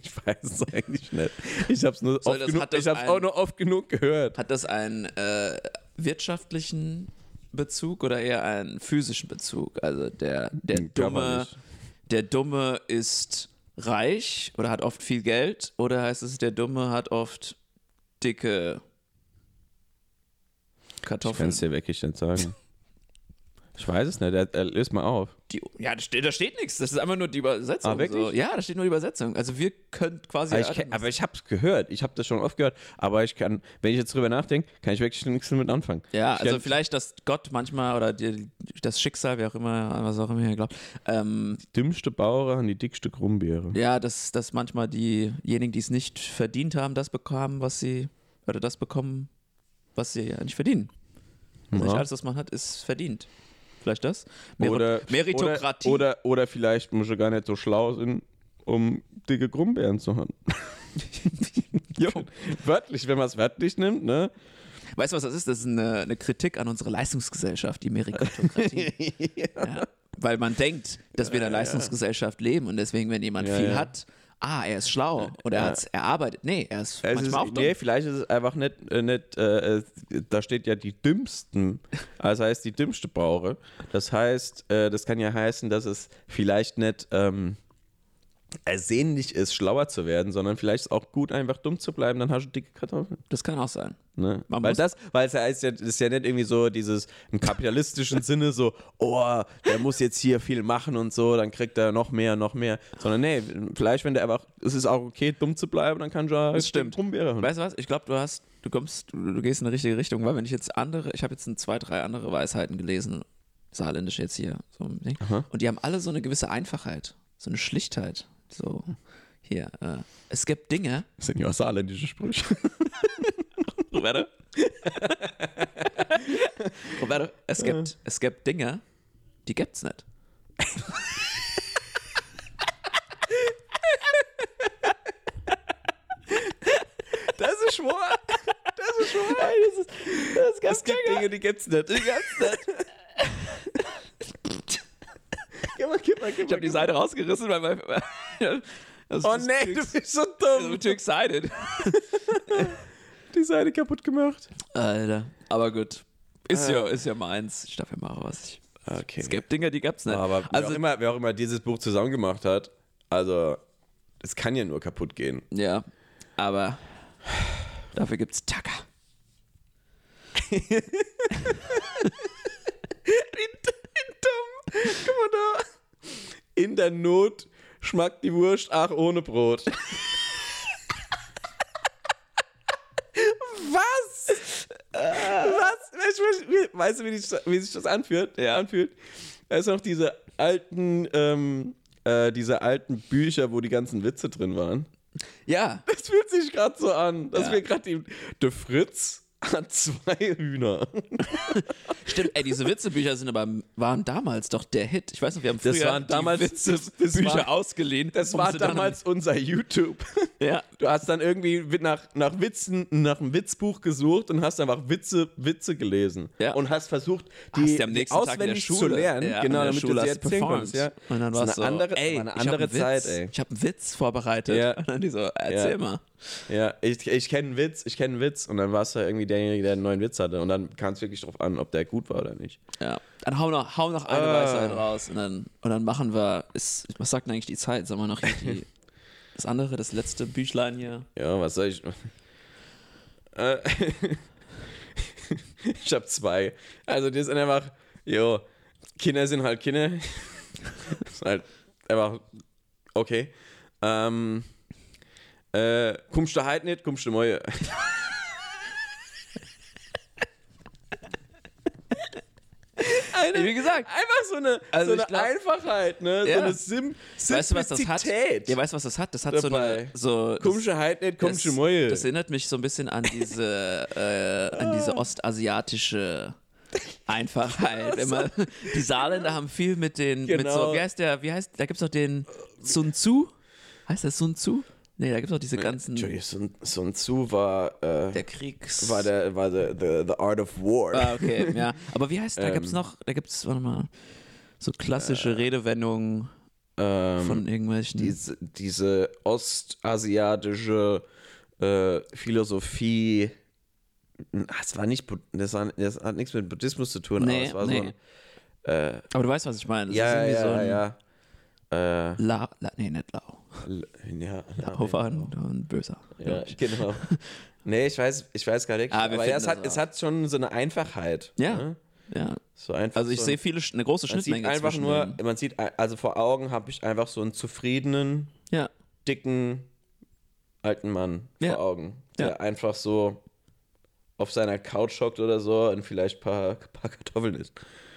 [SPEAKER 2] ich weiß es eigentlich nicht. Ich habe es nur
[SPEAKER 1] Soll
[SPEAKER 2] oft
[SPEAKER 1] das-
[SPEAKER 2] genug,
[SPEAKER 1] hat das
[SPEAKER 2] ich hab's
[SPEAKER 1] ein-
[SPEAKER 2] auch nur oft genug gehört.
[SPEAKER 1] Hat das einen äh, wirtschaftlichen Bezug oder eher einen physischen Bezug? Also der, der dumme,
[SPEAKER 2] Hm, Körperlich.
[SPEAKER 1] der dumme ist reich oder hat oft viel Geld oder heißt es, der dumme hat oft dicke
[SPEAKER 2] Ich kann
[SPEAKER 1] Kartoffeln?
[SPEAKER 2] es dir wirklich nicht sagen. Ich weiß es nicht, er, er löst mal auf.
[SPEAKER 1] Die, ja, da steht, da steht nichts. Das ist einfach nur die Übersetzung.
[SPEAKER 2] Ah, wirklich?
[SPEAKER 1] So. Ja, da steht nur die Übersetzung. Also wir können quasi.
[SPEAKER 2] Aber Also ich,
[SPEAKER 1] erörtern,
[SPEAKER 2] kenn-
[SPEAKER 1] was-
[SPEAKER 2] aber ich habe es gehört, ich habe das schon oft gehört, aber ich kann, wenn ich jetzt drüber nachdenke, kann ich wirklich nichts damit anfangen.
[SPEAKER 1] Ja,
[SPEAKER 2] ich
[SPEAKER 1] also
[SPEAKER 2] kenn-
[SPEAKER 1] vielleicht, dass Gott manchmal oder die, das Schicksal, wer auch immer, was auch immer ihr glaubt, ähm,
[SPEAKER 2] Die dümmste Bauerin, die dickste Krummbeere.
[SPEAKER 1] ja, dass, dass manchmal diejenigen, die es nicht verdient haben, das bekommen, was sie, oder das bekommen, was sie ja nicht verdienen. Also
[SPEAKER 2] Ja.
[SPEAKER 1] nicht alles, was man hat, ist verdient. Vielleicht das? Meri-
[SPEAKER 2] Oder,
[SPEAKER 1] Meritokratie.
[SPEAKER 2] Oder, oder, oder vielleicht muss ich gar nicht so schlau sein, um dicke Grumbeeren zu haben. jo, wörtlich, wenn man es wörtlich nimmt, ne?
[SPEAKER 1] Weißt du, was das ist? Das ist eine, eine Kritik an unsere Leistungsgesellschaft, die Meritokratie. ja. Weil man denkt, dass wir in einer Leistungsgesellschaft leben und deswegen, wenn jemand
[SPEAKER 2] Ja,
[SPEAKER 1] viel
[SPEAKER 2] ja.
[SPEAKER 1] hat, ah, er ist schlau oder er
[SPEAKER 2] Ja.
[SPEAKER 1] hat es erarbeitet. Nee, er ist
[SPEAKER 2] Es ist,
[SPEAKER 1] manchmal auch dumm.
[SPEAKER 2] nee, vielleicht ist es einfach nicht, äh, nicht äh, äh, da steht ja die dümmsten, also heißt die dümmste Brauere. Das heißt, äh, das kann ja heißen, dass es vielleicht nicht ähm, ersehnlich ist, schlauer zu werden, sondern vielleicht ist auch gut, einfach dumm zu bleiben, dann hast du dicke Kartoffeln.
[SPEAKER 1] Das kann auch sein.
[SPEAKER 2] Ne?
[SPEAKER 1] Man
[SPEAKER 2] Weil
[SPEAKER 1] muss-
[SPEAKER 2] das, weil es ja heißt, ja, das ist ja nicht irgendwie so dieses im kapitalistischen Sinne so, oh, der muss jetzt hier viel machen und so, dann kriegt er noch mehr, noch mehr. Sondern nee, vielleicht, wenn der einfach, es ist auch okay, dumm zu bleiben, dann kannst du ja
[SPEAKER 1] Das stimmt.
[SPEAKER 2] rumbeeren.
[SPEAKER 1] Weißt du was? Ich glaube, du hast, du kommst, du, du gehst in die richtige Richtung, weil wenn ich jetzt andere, ich habe jetzt ein, zwei, drei andere Weisheiten gelesen, saarländisch jetzt hier, so ein Ding. und die haben alle so eine gewisse Einfachheit, so eine Schlichtheit. So, hier, äh, es gibt Dinge,
[SPEAKER 2] Senior saarländische Sprüche.
[SPEAKER 1] Roberto. Roberto, es gibt, es gibt Dinge, die gibt's nicht.
[SPEAKER 2] Das ist wahr. Das ist wahr.
[SPEAKER 1] Das ist, das
[SPEAKER 2] Es gibt Dinge, die gibt's nicht. Die gibt's nicht. gib mal, gib mal, gib
[SPEAKER 1] Ich habe die Seite rausgerissen, weil mein. Das
[SPEAKER 2] Oh
[SPEAKER 1] das
[SPEAKER 2] nee, du
[SPEAKER 1] Türks-
[SPEAKER 2] bist so
[SPEAKER 1] das
[SPEAKER 2] dumm.
[SPEAKER 1] ist too excited.
[SPEAKER 2] Die Seite kaputt gemacht.
[SPEAKER 1] Alter. Aber gut. Ist ja, ist ja meins. Ich darf ja machen, was ich.
[SPEAKER 2] Okay.
[SPEAKER 1] Es gibt Dinge, die gab's nicht.
[SPEAKER 2] Aber wer,
[SPEAKER 1] also,
[SPEAKER 2] auch immer, wer auch immer dieses Buch zusammen gemacht hat, also es kann ja nur kaputt gehen.
[SPEAKER 1] ja. Aber dafür gibt's Tacker.
[SPEAKER 2] Guck mal da. In der Not schmeckt die Wurst auch ohne Brot. Was? Was? Weißt du, wie- weißt du, wie, dich- wie sich das anfühlt? Ja. anfühlt? Da ist noch diese alten, ähm, äh, diese alten Bücher, wo die ganzen Witze drin waren.
[SPEAKER 1] Ja.
[SPEAKER 2] Das fühlt sich gerade so an, dass
[SPEAKER 1] Ja.
[SPEAKER 2] wir gerade die. Der Fritz hat zwei Hühner.
[SPEAKER 1] Stimmt, ey, diese Witzebücher sind aber, waren damals doch der Hit. Ich weiß noch, wir haben früher die
[SPEAKER 2] das, das
[SPEAKER 1] Bücher
[SPEAKER 2] war,
[SPEAKER 1] ausgeliehen.
[SPEAKER 2] Das
[SPEAKER 1] um
[SPEAKER 2] war
[SPEAKER 1] sie dann-
[SPEAKER 2] damals unser YouTube.
[SPEAKER 1] Ja.
[SPEAKER 2] Du hast dann irgendwie wi- nach, nach Witzen, nach einem Witzbuch gesucht und hast einfach Witze, Witze gelesen.
[SPEAKER 1] Ja.
[SPEAKER 2] Und hast versucht,
[SPEAKER 1] Hast
[SPEAKER 2] die,
[SPEAKER 1] du am
[SPEAKER 2] die
[SPEAKER 1] nächsten Tag in der
[SPEAKER 2] auswendig zu
[SPEAKER 1] Schule.
[SPEAKER 2] lernen.
[SPEAKER 1] Ja,
[SPEAKER 2] genau,
[SPEAKER 1] in der
[SPEAKER 2] damit
[SPEAKER 1] Schule
[SPEAKER 2] du sie
[SPEAKER 1] hast
[SPEAKER 2] erzählen konntest. Ja.
[SPEAKER 1] Und dann
[SPEAKER 2] Das
[SPEAKER 1] war
[SPEAKER 2] ist
[SPEAKER 1] es so,
[SPEAKER 2] eine andere,
[SPEAKER 1] ey,
[SPEAKER 2] war eine
[SPEAKER 1] ich hab
[SPEAKER 2] andere
[SPEAKER 1] einen
[SPEAKER 2] Zeit,
[SPEAKER 1] Witz,
[SPEAKER 2] ey.
[SPEAKER 1] Ich habe einen Witz vorbereitet.
[SPEAKER 2] Ja.
[SPEAKER 1] Und dann die so, erzähl
[SPEAKER 2] Ja.
[SPEAKER 1] mal.
[SPEAKER 2] Ja, ich, ich kenne einen Witz, ich kenne einen Witz. Und dann warst du irgendwie derjenige, der einen neuen Witz hatte. Und dann kam es wirklich drauf an, ob der gut war oder nicht.
[SPEAKER 1] Ja. Dann hau noch, hau noch eine
[SPEAKER 2] Ah.
[SPEAKER 1] Weisheit raus und dann, und dann machen wir, ist, was sagt denn eigentlich die Zeit? Sollen wir noch hier die, das andere, das letzte Büchlein hier?
[SPEAKER 2] Ja, was soll ich. Äh, ich habe zwei. Also, die sind einfach, jo, Kinder sind halt Kinder. ist halt einfach okay. Ähm, äh, kommst du heute nicht, kommst du morgen.
[SPEAKER 1] Wie gesagt,
[SPEAKER 2] Einfach so eine,
[SPEAKER 1] Also
[SPEAKER 2] so
[SPEAKER 1] ich
[SPEAKER 2] eine
[SPEAKER 1] glaub-
[SPEAKER 2] Einfachheit, ne?
[SPEAKER 1] Ja.
[SPEAKER 2] So eine Sim Simplizität.
[SPEAKER 1] weißt du, was das hat? Ja, weißt du, was das hat? Das hat so eine,
[SPEAKER 2] Dabei.
[SPEAKER 1] so, das-
[SPEAKER 2] kommst du heute nicht, kommst du
[SPEAKER 1] das,
[SPEAKER 2] morgen.
[SPEAKER 1] das erinnert mich so ein bisschen an diese, äh, an diese ostasiatische Einfachheit. Wenn man, die Saarländer haben viel mit den, mit so,
[SPEAKER 2] Genau.
[SPEAKER 1] wie heißt der, wie heißt, da gibt's noch den Sun Tzu? Heißt der Sun Tzu? Nee, da gibt's noch diese ganzen,
[SPEAKER 2] Entschuldigung, Sun, Sun Tzu war, äh,
[SPEAKER 1] der Kriegs...
[SPEAKER 2] war, der, war der, the, the Art of War.
[SPEAKER 1] Ah, okay, ja. Aber wie heißt, da
[SPEAKER 2] Ähm,
[SPEAKER 1] gibt's noch, da gibt's, warte mal, so klassische Redewendungen
[SPEAKER 2] äh, Ähm,
[SPEAKER 1] von irgendwelchen.
[SPEAKER 2] diese, diese ostasiatische äh, Philosophie. Ah, Es war nicht, Bu- das, war, das hat nichts mit Buddhismus zu tun, aber
[SPEAKER 1] nee,
[SPEAKER 2] es war
[SPEAKER 1] nee.
[SPEAKER 2] so ein, äh,
[SPEAKER 1] aber du weißt, was ich meine. Das
[SPEAKER 2] ja,
[SPEAKER 1] ist irgendwie
[SPEAKER 2] ja,
[SPEAKER 1] so ein
[SPEAKER 2] ja, ja. Äh,
[SPEAKER 1] La, La, nee, nicht lau.
[SPEAKER 2] l- ja, ja,
[SPEAKER 1] Hofer und, und böser.
[SPEAKER 2] ja,
[SPEAKER 1] glaub ich.
[SPEAKER 2] genau. nee, ich weiß, ich weiß gar nicht.
[SPEAKER 1] Ah, wir
[SPEAKER 2] aber
[SPEAKER 1] finden
[SPEAKER 2] ja, es
[SPEAKER 1] das
[SPEAKER 2] hat,
[SPEAKER 1] raus.
[SPEAKER 2] es hat schon so eine Einfachheit.
[SPEAKER 1] Ja.
[SPEAKER 2] ne?
[SPEAKER 1] ja.
[SPEAKER 2] So einfach
[SPEAKER 1] Also ich
[SPEAKER 2] so
[SPEAKER 1] sehe viele, Sch- eine große
[SPEAKER 2] man sieht
[SPEAKER 1] Schnittmenge
[SPEAKER 2] einfach
[SPEAKER 1] zwischen
[SPEAKER 2] nur,
[SPEAKER 1] denen.
[SPEAKER 2] man sieht, also vor Augen habe ich einfach so einen zufriedenen,
[SPEAKER 1] Ja,
[SPEAKER 2] dicken alten Mann
[SPEAKER 1] Ja.
[SPEAKER 2] vor Augen,
[SPEAKER 1] Ja.
[SPEAKER 2] der einfach so auf seiner Couch hockt oder so und vielleicht ein paar, paar Kartoffeln isst.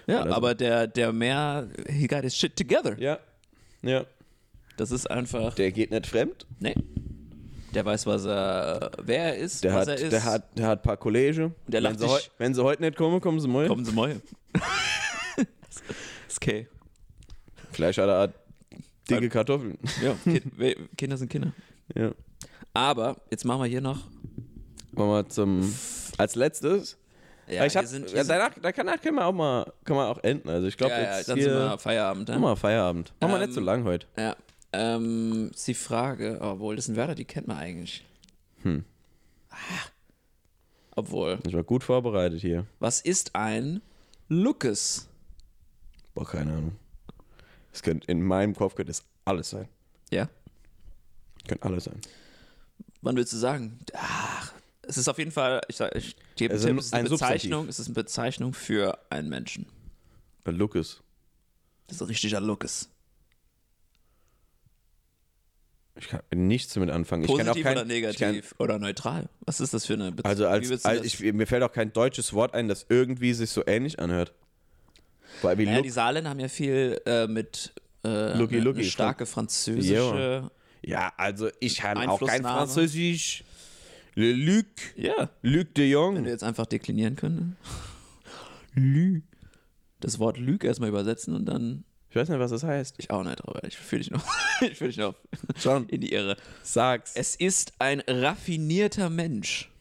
[SPEAKER 1] ja
[SPEAKER 2] Oder so.
[SPEAKER 1] aber der, der mehr, he got his shit together.
[SPEAKER 2] Ja. Ja.
[SPEAKER 1] Das ist einfach,
[SPEAKER 2] Der geht nicht fremd.
[SPEAKER 1] nee. Der weiß, was er, wer er ist,
[SPEAKER 2] Der
[SPEAKER 1] was
[SPEAKER 2] hat,
[SPEAKER 1] er ist.
[SPEAKER 2] der hat, der hat ein paar Kollege.
[SPEAKER 1] Und der
[SPEAKER 2] wenn,
[SPEAKER 1] lacht
[SPEAKER 2] sie
[SPEAKER 1] dich-
[SPEAKER 2] heu- wenn sie heute nicht kommen, kommen sie morgen.
[SPEAKER 1] Kommen Sie mal hier. ist okay.
[SPEAKER 2] Vielleicht hat er eine Art dicke Kartoffeln.
[SPEAKER 1] Ja, Kind, we- Kinder sind Kinder.
[SPEAKER 2] ja.
[SPEAKER 1] Aber jetzt machen wir hier noch
[SPEAKER 2] Machen wir zum Als letztes.
[SPEAKER 1] Ja,
[SPEAKER 2] ich hab,
[SPEAKER 1] wir sind,
[SPEAKER 2] ja,
[SPEAKER 1] wir sind,
[SPEAKER 2] danach, danach können wir auch mal, können wir auch enden. Also ich glaube,
[SPEAKER 1] ja, ja,
[SPEAKER 2] jetzt
[SPEAKER 1] dann sind
[SPEAKER 2] hier.
[SPEAKER 1] wir Feierabend. ne?
[SPEAKER 2] Machen
[SPEAKER 1] Ja.
[SPEAKER 2] wir Feierabend. Machen wir nicht so lang heute.
[SPEAKER 1] Ja. Ähm, ist die Frage, obwohl, das ist ein Werder, die kennt man eigentlich. Hm. Ah. Obwohl,
[SPEAKER 2] Ich war gut vorbereitet hier.
[SPEAKER 1] was ist ein Lucas?
[SPEAKER 2] Boah, keine Ahnung. Es könnte, in meinem Kopf könnte es alles sein.
[SPEAKER 1] Ja.
[SPEAKER 2] Könnte alles sein.
[SPEAKER 1] Wann würdest du sagen? Ach, es ist auf jeden Fall, ich, sag- ich gebe
[SPEAKER 2] Es ist
[SPEAKER 1] Tipp,
[SPEAKER 2] Also ein-
[SPEAKER 1] es ist eine
[SPEAKER 2] ein Substantiv.
[SPEAKER 1] Bezeichnung, es ist eine Bezeichnung für einen Menschen.
[SPEAKER 2] Äh, Lucas.
[SPEAKER 1] Das ist ein richtiger Lucas.
[SPEAKER 2] Ich kann nichts damit anfangen. ich kann auch
[SPEAKER 1] Positiv
[SPEAKER 2] kein,
[SPEAKER 1] oder
[SPEAKER 2] ich kann-
[SPEAKER 1] negativ oder neutral? Was ist das für eine Bezeichnung?
[SPEAKER 2] Also
[SPEAKER 1] Wie
[SPEAKER 2] als,
[SPEAKER 1] würdest du
[SPEAKER 2] als
[SPEAKER 1] das-
[SPEAKER 2] ich, mir fällt auch kein deutsches Wort ein, das irgendwie sich so ähnlich anhört. Weil wie
[SPEAKER 1] naja,
[SPEAKER 2] Look,
[SPEAKER 1] die Saarländer haben ja viel äh, mit äh,
[SPEAKER 2] Lucky,
[SPEAKER 1] eine,
[SPEAKER 2] Lucky.
[SPEAKER 1] eine starke französische.
[SPEAKER 2] ja, also ich kann auch kein
[SPEAKER 1] Einflussnahme.
[SPEAKER 2] Französisch. Le Luc,
[SPEAKER 1] Ja.
[SPEAKER 2] Luc
[SPEAKER 1] Wenn
[SPEAKER 2] de
[SPEAKER 1] wir
[SPEAKER 2] Jong.
[SPEAKER 1] jetzt einfach deklinieren können. Lü. Das Wort Lüg erstmal übersetzen und dann.
[SPEAKER 2] Ich weiß nicht, was das heißt.
[SPEAKER 1] Ich auch nicht, aber ich fühle dich noch. ich fühle dich noch
[SPEAKER 2] Schon,
[SPEAKER 1] in die Irre.
[SPEAKER 2] sag's.
[SPEAKER 1] Es ist ein raffinierter Mensch.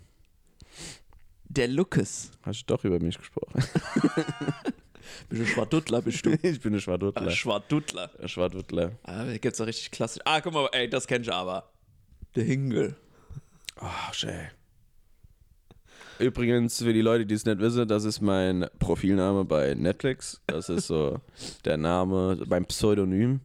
[SPEAKER 1] Der Lucas.
[SPEAKER 2] Hast du doch über mich gesprochen.
[SPEAKER 1] Bist du Schwaduttler, bist du? Ah,
[SPEAKER 2] ich bin ein Schwaduttler.
[SPEAKER 1] Schwaduttler.
[SPEAKER 2] Ein Schwaduttler.
[SPEAKER 1] Ah, da gibt's doch richtig klassisch. Ah, guck mal, ey, das kennst du aber. Der Hingel.
[SPEAKER 2] Ach, ey. Übrigens, für die Leute, die es nicht wissen, das ist mein Profilname bei Netflix. Das ist so der Name, mein Pseudonym.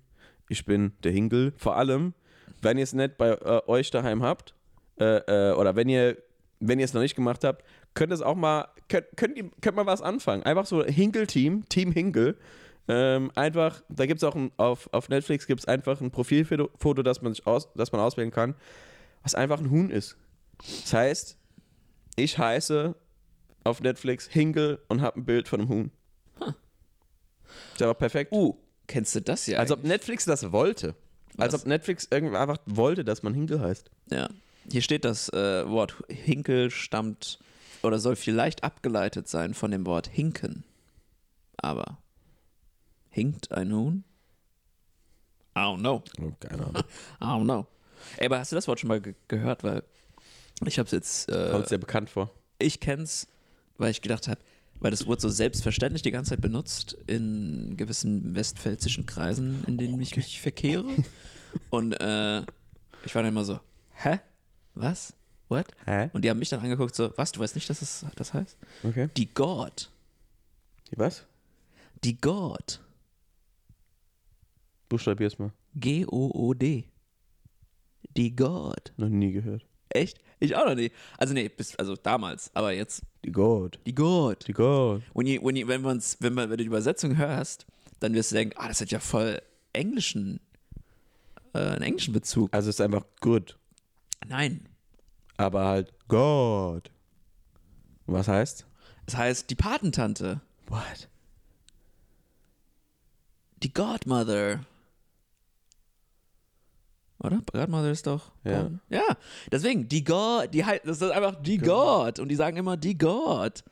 [SPEAKER 2] Ich bin der Hinkel. Vor allem, wenn ihr es nicht bei äh, euch daheim habt, äh, äh, oder wenn ihr, wenn ihr es noch nicht gemacht habt, könnt es auch mal, könnt, könnt, ihr, könnt mal was anfangen. Einfach so Hinkel-Team, Team Hinkel. Ähm, einfach, da gibt es auch ein, auf, auf Netflix gibt es einfach ein Profilfoto, Foto, das man sich aus, das man auswählen kann, was einfach ein Huhn ist. Das heißt, ich heiße auf Netflix Hinkel und habe ein Bild von einem Huhn. Ist aber perfekt.
[SPEAKER 1] Uh, kennst du das ja?
[SPEAKER 2] Als ob Netflix das wollte. Als
[SPEAKER 1] Was?
[SPEAKER 2] ob Netflix irgendwie einfach wollte, dass man Hinkel heißt.
[SPEAKER 1] Ja. Hier steht das äh, Wort Hinkel stammt oder soll vielleicht abgeleitet sein von dem Wort hinken. Aber hinkt ein Huhn? I don't know.
[SPEAKER 2] Oh, keine Ahnung.
[SPEAKER 1] I don't know. Ey, aber hast du das Wort schon mal ge gehört? Weil ich hab's jetzt. Äh,
[SPEAKER 2] Kommt sehr bekannt vor.
[SPEAKER 1] ich kenn's, weil ich gedacht habe, weil das wurde so selbstverständlich die ganze Zeit benutzt in gewissen westpfälzischen Kreisen, in denen ich mich verkehre. Und äh, ich war dann immer so, hä? Was? What?
[SPEAKER 2] Hä?
[SPEAKER 1] Und die haben mich dann angeguckt, so, was, du weißt nicht, dass das, das heißt?
[SPEAKER 2] Okay.
[SPEAKER 1] Die God.
[SPEAKER 2] Was?
[SPEAKER 1] Die God.
[SPEAKER 2] Buchstabier's mal.
[SPEAKER 1] G-O-O-D. Die God.
[SPEAKER 2] Noch nie gehört.
[SPEAKER 1] Echt? Ich auch noch nie. Also nee, bis, also damals, aber jetzt.
[SPEAKER 2] Die God.
[SPEAKER 1] Die God.
[SPEAKER 2] Die God.
[SPEAKER 1] When you, when you, wenn, man's, wenn, man, wenn du die Übersetzung hörst, dann wirst du denken, ah, das hat ja voll englischen, äh, einen englischen Bezug.
[SPEAKER 2] Also es ist einfach good.
[SPEAKER 1] Nein.
[SPEAKER 2] Aber halt God. Und Was heißt?
[SPEAKER 1] Es heißt die Patentante.
[SPEAKER 2] What?
[SPEAKER 1] Die Godmother. Oder? Godmother ist doch.
[SPEAKER 2] Ja.
[SPEAKER 1] God- Ja, deswegen, die God, die heißt, das ist einfach die
[SPEAKER 2] Genau.
[SPEAKER 1] God. Und die sagen immer die God.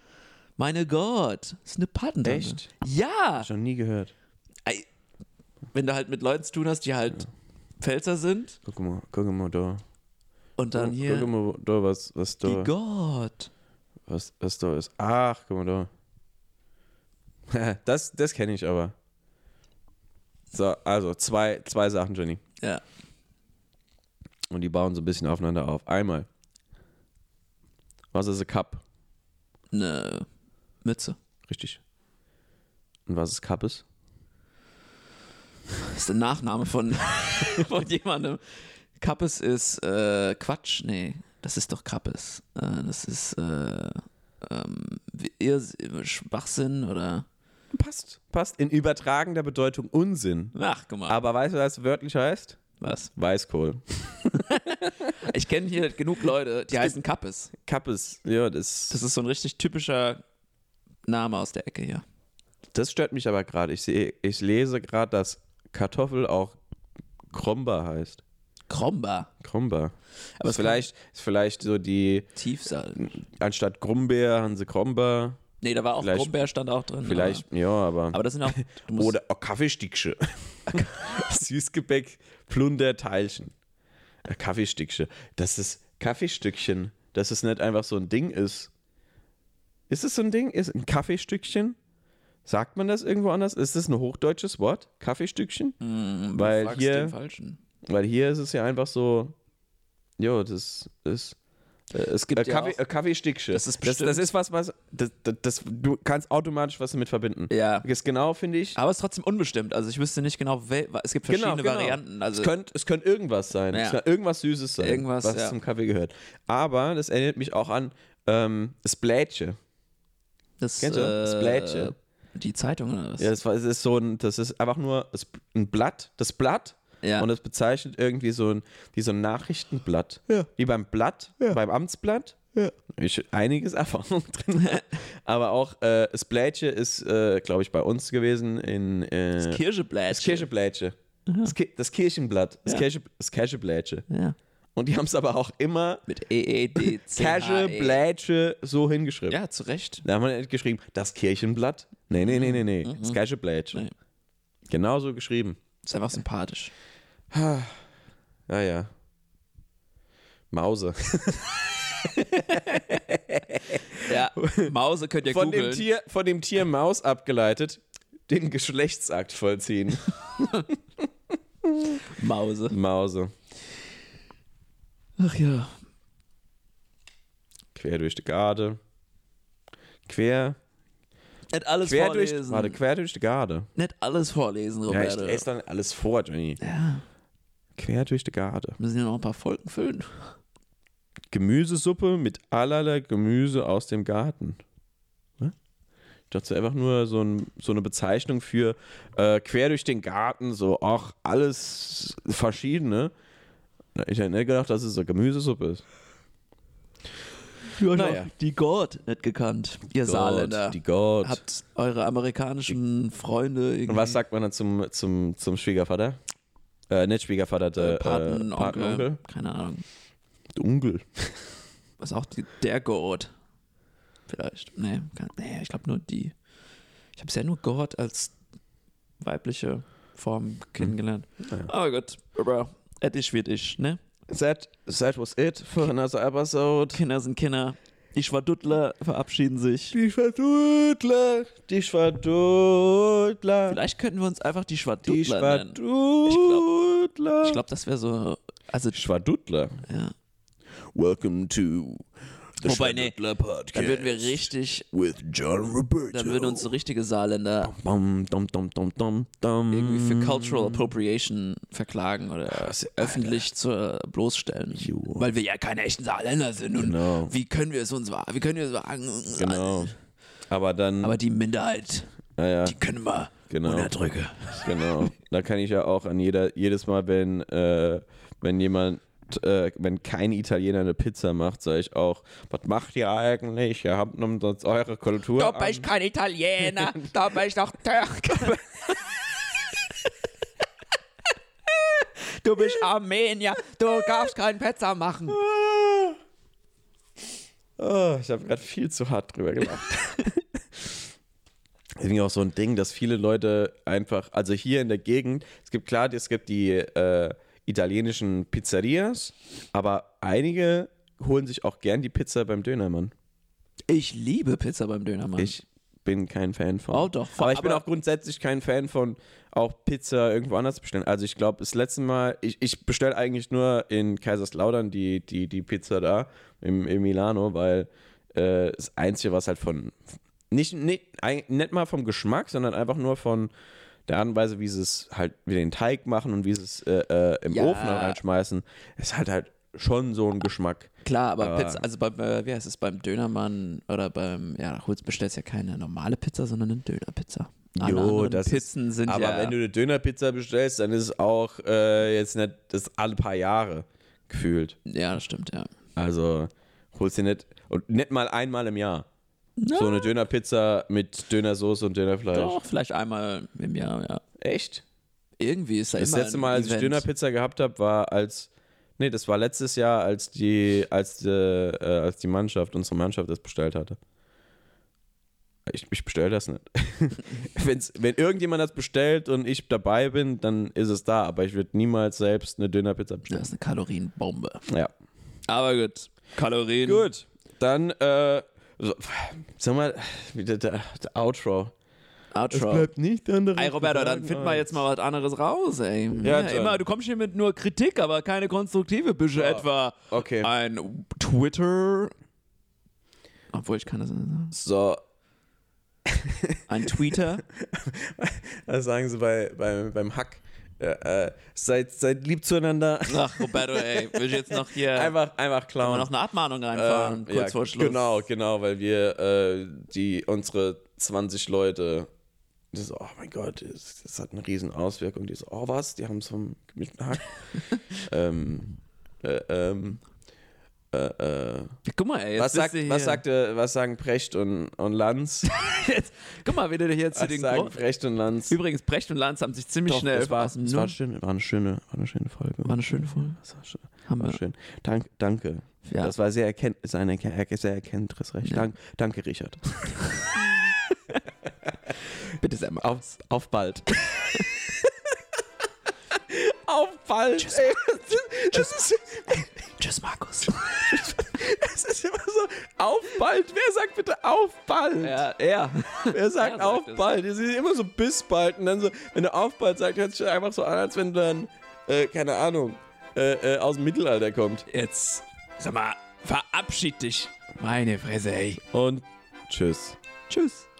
[SPEAKER 1] Meine Gott. Das ist eine Patentante.
[SPEAKER 2] Echt?
[SPEAKER 1] Ja.
[SPEAKER 2] Schon nie gehört.
[SPEAKER 1] Ey, Wenn du halt mit Leuten zu tun hast, die halt Pfälzer sind
[SPEAKER 2] Guck mal, guck mal da.
[SPEAKER 1] und dann
[SPEAKER 2] guck,
[SPEAKER 1] hier
[SPEAKER 2] Guck mal da, was, was da.
[SPEAKER 1] die God.
[SPEAKER 2] Was, was da ist. Ach, guck mal da. das das kenne ich aber. So, also zwei, zwei Sachen, Jenny.
[SPEAKER 1] Ja.
[SPEAKER 2] Und die bauen so ein bisschen aufeinander auf. Einmal. Was ist a Cup?
[SPEAKER 1] Eine Mütze.
[SPEAKER 2] Richtig. Und was ist Kappes?
[SPEAKER 1] Das ist der Nachname von, von jemandem. Kappes ist äh, Quatsch. Nee, das ist doch Kappes. Äh, das ist äh, ähm, wie- Irrs Schwachsinn oder.
[SPEAKER 2] Passt. Passt. In übertragender Bedeutung Unsinn.
[SPEAKER 1] Ach, guck mal.
[SPEAKER 2] Aber weißt du, was es wörtlich heißt?
[SPEAKER 1] was?
[SPEAKER 2] Weißkohl.
[SPEAKER 1] Ich kenne hier genug Leute, die heißen Kappes.
[SPEAKER 2] Kappes. Ja, das,
[SPEAKER 1] Das ist so ein richtig typischer Name aus der Ecke hier.
[SPEAKER 2] das stört mich aber gerade. Ich, sehe- ich lese gerade, dass Kartoffel auch Kromba heißt.
[SPEAKER 1] Kromba.
[SPEAKER 2] Kromba.
[SPEAKER 1] Aber es
[SPEAKER 2] Aber ist vielleicht, ist vielleicht so die,
[SPEAKER 1] Tiefsaal.
[SPEAKER 2] anstatt Grumbeer haben sie Kromba.
[SPEAKER 1] Nee, da war auch
[SPEAKER 2] Vielleicht-
[SPEAKER 1] Krombeer stand auch drin.
[SPEAKER 2] Vielleicht, ja, aber.
[SPEAKER 1] Aber, aber das sind auch. Du musst,
[SPEAKER 2] oder oh, Kaffeesticksche. Süßgebäck, Plunderteilchen. Äh, Kaffeesticksche. Das ist Kaffeestückchen, dass es nicht einfach so ein Ding ist, Ist es so ein Ding? Ist ein Kaffeestückchen? Sagt man das irgendwo anders? Ist das ein hochdeutsches Wort? Kaffeestückchen?
[SPEAKER 1] Mm, du
[SPEAKER 2] Weil
[SPEAKER 1] fragst
[SPEAKER 2] hier-
[SPEAKER 1] den Falschen.
[SPEAKER 2] Weil hier ist es ja einfach so, jo, das ist. äh, Es gibt
[SPEAKER 1] Gibt
[SPEAKER 2] äh,
[SPEAKER 1] ja
[SPEAKER 2] Kaffee,
[SPEAKER 1] auch-
[SPEAKER 2] äh, Kaffeestückchen.
[SPEAKER 1] Das ist
[SPEAKER 2] das, das
[SPEAKER 1] bestimmt-
[SPEAKER 2] ist was, was das, das, das, du kannst automatisch was damit verbinden.
[SPEAKER 1] Ja.
[SPEAKER 2] Das ist genau, finde ich.
[SPEAKER 1] Aber es ist trotzdem unbestimmt. Also ich wüsste nicht genau, wel- es gibt verschiedene
[SPEAKER 2] genau.
[SPEAKER 1] Varianten. Also
[SPEAKER 2] es, könnte, es könnte irgendwas sein.
[SPEAKER 1] Ja.
[SPEAKER 2] Es kann irgendwas Süßes sein,
[SPEAKER 1] Irgendwas,
[SPEAKER 2] was
[SPEAKER 1] ja.
[SPEAKER 2] zum Kaffee gehört. Aber das erinnert mich auch an ähm, das Blätsche.
[SPEAKER 1] das,
[SPEAKER 2] kennst du?
[SPEAKER 1] Äh,
[SPEAKER 2] Das Blättchen.
[SPEAKER 1] Die Zeitung oder was?
[SPEAKER 2] Ja, das, war, es ist so ein, das ist einfach nur es- ein Blatt, das Blatt.
[SPEAKER 1] Ja.
[SPEAKER 2] Und es bezeichnet irgendwie so ein, wie so ein Nachrichtenblatt. Wie beim Blatt, beim Amtsblatt. Ich, einiges Erfahrung drin. aber auch äh, das Blätche ist, äh, glaube ich, bei uns gewesen in äh, das,
[SPEAKER 1] Kirscheblättchen.
[SPEAKER 2] Kircheblätche. Das, Ki das Kirchenblatt. Das,
[SPEAKER 1] Ja.
[SPEAKER 2] Kirche, das Kircheblätche.
[SPEAKER 1] Ja.
[SPEAKER 2] Und die haben es aber auch immer
[SPEAKER 1] Mit E, EEDC.
[SPEAKER 2] Kircheblätche so hingeschrieben.
[SPEAKER 1] Ja, zu Recht.
[SPEAKER 2] Da haben wir nicht geschrieben, das Kirchenblatt. Nee, nee, nee, nee, nee. Das Kircheblätche.
[SPEAKER 1] Mhm. Nee.
[SPEAKER 2] Genauso geschrieben.
[SPEAKER 1] Ist einfach sympathisch.
[SPEAKER 2] Ja, ja. Mause.
[SPEAKER 1] Ja, Mause könnt ihr
[SPEAKER 2] Von dem,
[SPEAKER 1] googeln.
[SPEAKER 2] Tier, von dem Tier Maus abgeleitet, den Geschlechtsakt vollziehen.
[SPEAKER 1] Mause.
[SPEAKER 2] Mause.
[SPEAKER 1] Ach ja.
[SPEAKER 2] Quer durch die Garde. Quer,
[SPEAKER 1] Nicht alles
[SPEAKER 2] quer durch,
[SPEAKER 1] vorlesen.
[SPEAKER 2] warte, quer durch die Garde.
[SPEAKER 1] Nicht alles vorlesen,
[SPEAKER 2] Ja, ich
[SPEAKER 1] Roberto.
[SPEAKER 2] esse dann alles vor, Johnny.
[SPEAKER 1] Ja,
[SPEAKER 2] Quer durch die Garde.
[SPEAKER 1] müssen ja noch ein paar Folgen füllen.
[SPEAKER 2] Gemüsesuppe mit allerlei Gemüse aus dem Garten. Ne? Ich dachte einfach nur so, ein, so eine Bezeichnung für äh, quer durch den Garten, so auch alles Verschiedene. Ich hätte nicht gedacht, dass es so Gemüsesuppe ist.
[SPEAKER 1] Du hast
[SPEAKER 2] Naja.
[SPEAKER 1] auch die Gord nicht gekannt. Ihr Saarländer.
[SPEAKER 2] Die Gott.
[SPEAKER 1] Habt eure amerikanischen Freunde irgendwie.
[SPEAKER 2] Und was sagt man dann zum, zum, zum Schwiegervater? Äh, nicht Schwiegervater, der äh,
[SPEAKER 1] Paten,
[SPEAKER 2] Patenonkel.
[SPEAKER 1] Onkel, Keine Ahnung.
[SPEAKER 2] Onkel.
[SPEAKER 1] Was auch die, der Gord. Vielleicht. Nee, kann, nee ich glaube nur die. Ich habe bisher nur Gord als weibliche Form kennengelernt. Aber gut. Aber etwas wird ich, ne?
[SPEAKER 2] That, that was it for another episode.
[SPEAKER 1] Kinder sind Kinder. Die Schwaduttler verabschieden sich.
[SPEAKER 2] Die Schwadudler, die Schwadudler.
[SPEAKER 1] Vielleicht könnten wir uns einfach die Schwaduttler
[SPEAKER 2] Die
[SPEAKER 1] nennen.
[SPEAKER 2] Schwadudler.
[SPEAKER 1] Ich glaube, das wäre so. Also,
[SPEAKER 2] Schwadudler.
[SPEAKER 1] ja.
[SPEAKER 2] Welcome to the
[SPEAKER 1] Wobei, nee,
[SPEAKER 2] Schwadudler Podcast.
[SPEAKER 1] Dann würden wir richtig.
[SPEAKER 2] With John Roberto.
[SPEAKER 1] Dann würden uns so richtige Saarländer
[SPEAKER 2] Bam, dum, dum, dum, dum, dum.
[SPEAKER 1] irgendwie für Cultural
[SPEAKER 2] Mm.
[SPEAKER 1] Appropriation verklagen oder
[SPEAKER 2] Was, Alter.
[SPEAKER 1] öffentlich zur bloßstellen. Weil wir ja keine echten Saarländer sind. Und
[SPEAKER 2] Genau.
[SPEAKER 1] wie können wir es uns wa- wie können wir es wagen?
[SPEAKER 2] Genau. Aber dann,
[SPEAKER 1] Aber die Minderheit,
[SPEAKER 2] naja,
[SPEAKER 1] die können wir
[SPEAKER 2] Genau.
[SPEAKER 1] unterdrücken.
[SPEAKER 2] genau. Da kann ich ja auch an jeder, jedes Mal, wenn, äh, wenn jemand, äh, wenn kein Italiener eine Pizza macht, sage ich auch, was macht ihr eigentlich? Ihr habt umsonst eure Kultur.
[SPEAKER 1] Da
[SPEAKER 2] an."
[SPEAKER 1] bin ich kein Italiener, da bin ich doch Türke. Du bist Armenier, du darfst keinen Pizza machen.
[SPEAKER 2] Oh, ich habe gerade viel zu hart drüber gelacht. Deswegen auch so ein Ding, dass viele Leute einfach, also hier in der Gegend, es gibt klar, es gibt die äh, italienischen Pizzerias, aber einige holen sich auch gern die Pizza beim Dönermann.
[SPEAKER 1] Ich liebe Pizza beim Dönermann.
[SPEAKER 2] Ich bin kein Fan von.
[SPEAKER 1] Oh, doch.
[SPEAKER 2] Aber ich bin
[SPEAKER 1] Aber-
[SPEAKER 2] auch grundsätzlich kein Fan von auch Pizza irgendwo anders bestellen. Also ich glaube, das letzte Mal, ich, ich bestelle eigentlich nur in Kaiserslautern die, die, die Pizza da, im, in Milano, weil äh, das Einzige, was halt von, nicht, nicht, eig- nicht mal vom Geschmack, sondern einfach nur von der Art und Weise, wie sie es halt, wie den Teig machen und wie sie es äh, äh, im
[SPEAKER 1] Ja.
[SPEAKER 2] Ofen reinschmeißen, es hat halt schon so einen Geschmack.
[SPEAKER 1] Klar, aber
[SPEAKER 2] Aber-
[SPEAKER 1] Pizza, also beim, äh, wie heißt es, beim Dönermann oder beim, ja, holst, bestellst ja keine normale Pizza, sondern eine Dönerpizza. Alle anderen Pizzen
[SPEAKER 2] ist,
[SPEAKER 1] sind
[SPEAKER 2] Aber
[SPEAKER 1] ja,
[SPEAKER 2] wenn du eine Dönerpizza bestellst, dann ist es auch äh, jetzt nicht das alle paar Jahre gefühlt.
[SPEAKER 1] ja, das stimmt, ja.
[SPEAKER 2] Also holst dir nicht und nicht mal einmal im Jahr. So eine Dönerpizza mit Dönersoße und Dönerfleisch.
[SPEAKER 1] Doch, vielleicht einmal im Jahr, ja.
[SPEAKER 2] Echt?
[SPEAKER 1] Irgendwie ist da
[SPEAKER 2] Das
[SPEAKER 1] immer
[SPEAKER 2] letzte
[SPEAKER 1] ein
[SPEAKER 2] Mal, als ich
[SPEAKER 1] Event.
[SPEAKER 2] Dönerpizza gehabt habe, war als Nee, das war letztes Jahr, als die als die, äh, als die Mannschaft, unsere Mannschaft das bestellt hatte. Ich, ich bestelle das nicht. Wenn's, wenn irgendjemand das bestellt und ich dabei bin, dann ist es da, aber ich würde niemals selbst eine Dönerpizza
[SPEAKER 1] Das
[SPEAKER 2] bestellen.
[SPEAKER 1] ist eine Kalorienbombe.
[SPEAKER 2] Ja.
[SPEAKER 1] Aber gut. Kalorien.
[SPEAKER 2] Gut, dann äh, So, sag mal, wieder der, der Outro.
[SPEAKER 1] Outro.
[SPEAKER 2] nicht andere.
[SPEAKER 1] Ey, Roberto, dann finden wir jetzt mal was anderes raus, ey. Ja,
[SPEAKER 2] Ja, dann.
[SPEAKER 1] immer, du kommst hier mit nur Kritik, aber keine konstruktive Büsche etwa.
[SPEAKER 2] Okay.
[SPEAKER 1] Ein Twitter. Obwohl ich kann das nicht sagen.
[SPEAKER 2] So.
[SPEAKER 1] Ein Twitter.
[SPEAKER 2] Das Also sagen sie bei, bei, beim Hack. Äh, äh, seid, seid lieb zueinander.
[SPEAKER 1] Ach, Roberto, ey. Will ich jetzt noch hier
[SPEAKER 2] Einfach, einfach
[SPEAKER 1] mal
[SPEAKER 2] klauen.
[SPEAKER 1] noch eine Abmahnung reinfahren,
[SPEAKER 2] Ähm,
[SPEAKER 1] kurz
[SPEAKER 2] ja,
[SPEAKER 1] vor Schluss.
[SPEAKER 2] Genau, genau, weil wir äh, die unsere 20 Leute, das, oh mein Gott, das, das hat eine riesen Auswirkung. Die so, oh was, die haben es vom gemischten Hack. ähm, äh, ähm, äh, äh.
[SPEAKER 1] Guck mal, ey. Jetzt
[SPEAKER 2] Was, sagt,
[SPEAKER 1] bist du hier.
[SPEAKER 2] was, sagte, was sagen Precht und, und Lanz?
[SPEAKER 1] jetzt, Guck mal, wie du dich jetzt zu
[SPEAKER 2] Was
[SPEAKER 1] den
[SPEAKER 2] sagen
[SPEAKER 1] Gro
[SPEAKER 2] Precht und Lanz?
[SPEAKER 1] Übrigens, Brecht und Lanz haben sich ziemlich schnell
[SPEAKER 2] das war,
[SPEAKER 1] aus dem
[SPEAKER 2] das war,
[SPEAKER 1] Nu-
[SPEAKER 2] schön, war, eine schöne, war eine schöne Folge.
[SPEAKER 1] war eine schöne Folge.
[SPEAKER 2] Das war schön.
[SPEAKER 1] Haben
[SPEAKER 2] War
[SPEAKER 1] wir.
[SPEAKER 2] schön. Dank, danke.
[SPEAKER 1] Ja.
[SPEAKER 2] Das war sehr, erkennt, sein erken, sehr erkennendes Recht.
[SPEAKER 1] Ja.
[SPEAKER 2] Dank, danke, Richard.
[SPEAKER 1] Bitte sehr mal.
[SPEAKER 2] Auf, auf bald. auf bald. Ey, das, ist,
[SPEAKER 1] Tschüss, Markus.
[SPEAKER 2] das ist immer so, auf bald. Wer sagt bitte auf bald?
[SPEAKER 1] Ja, er.
[SPEAKER 2] Wer sagt
[SPEAKER 1] sagt
[SPEAKER 2] auf
[SPEAKER 1] es.
[SPEAKER 2] bald? Das ist immer so bis bald. Und dann so, wenn du auf bald sagst, hört sich einfach so an, als wenn du dann, äh, keine Ahnung, äh, äh, aus dem Mittelalter kommt.
[SPEAKER 1] Jetzt, sag mal, verabschied dich. Meine Fresse, ey.
[SPEAKER 2] Und tschüss.
[SPEAKER 1] Tschüss.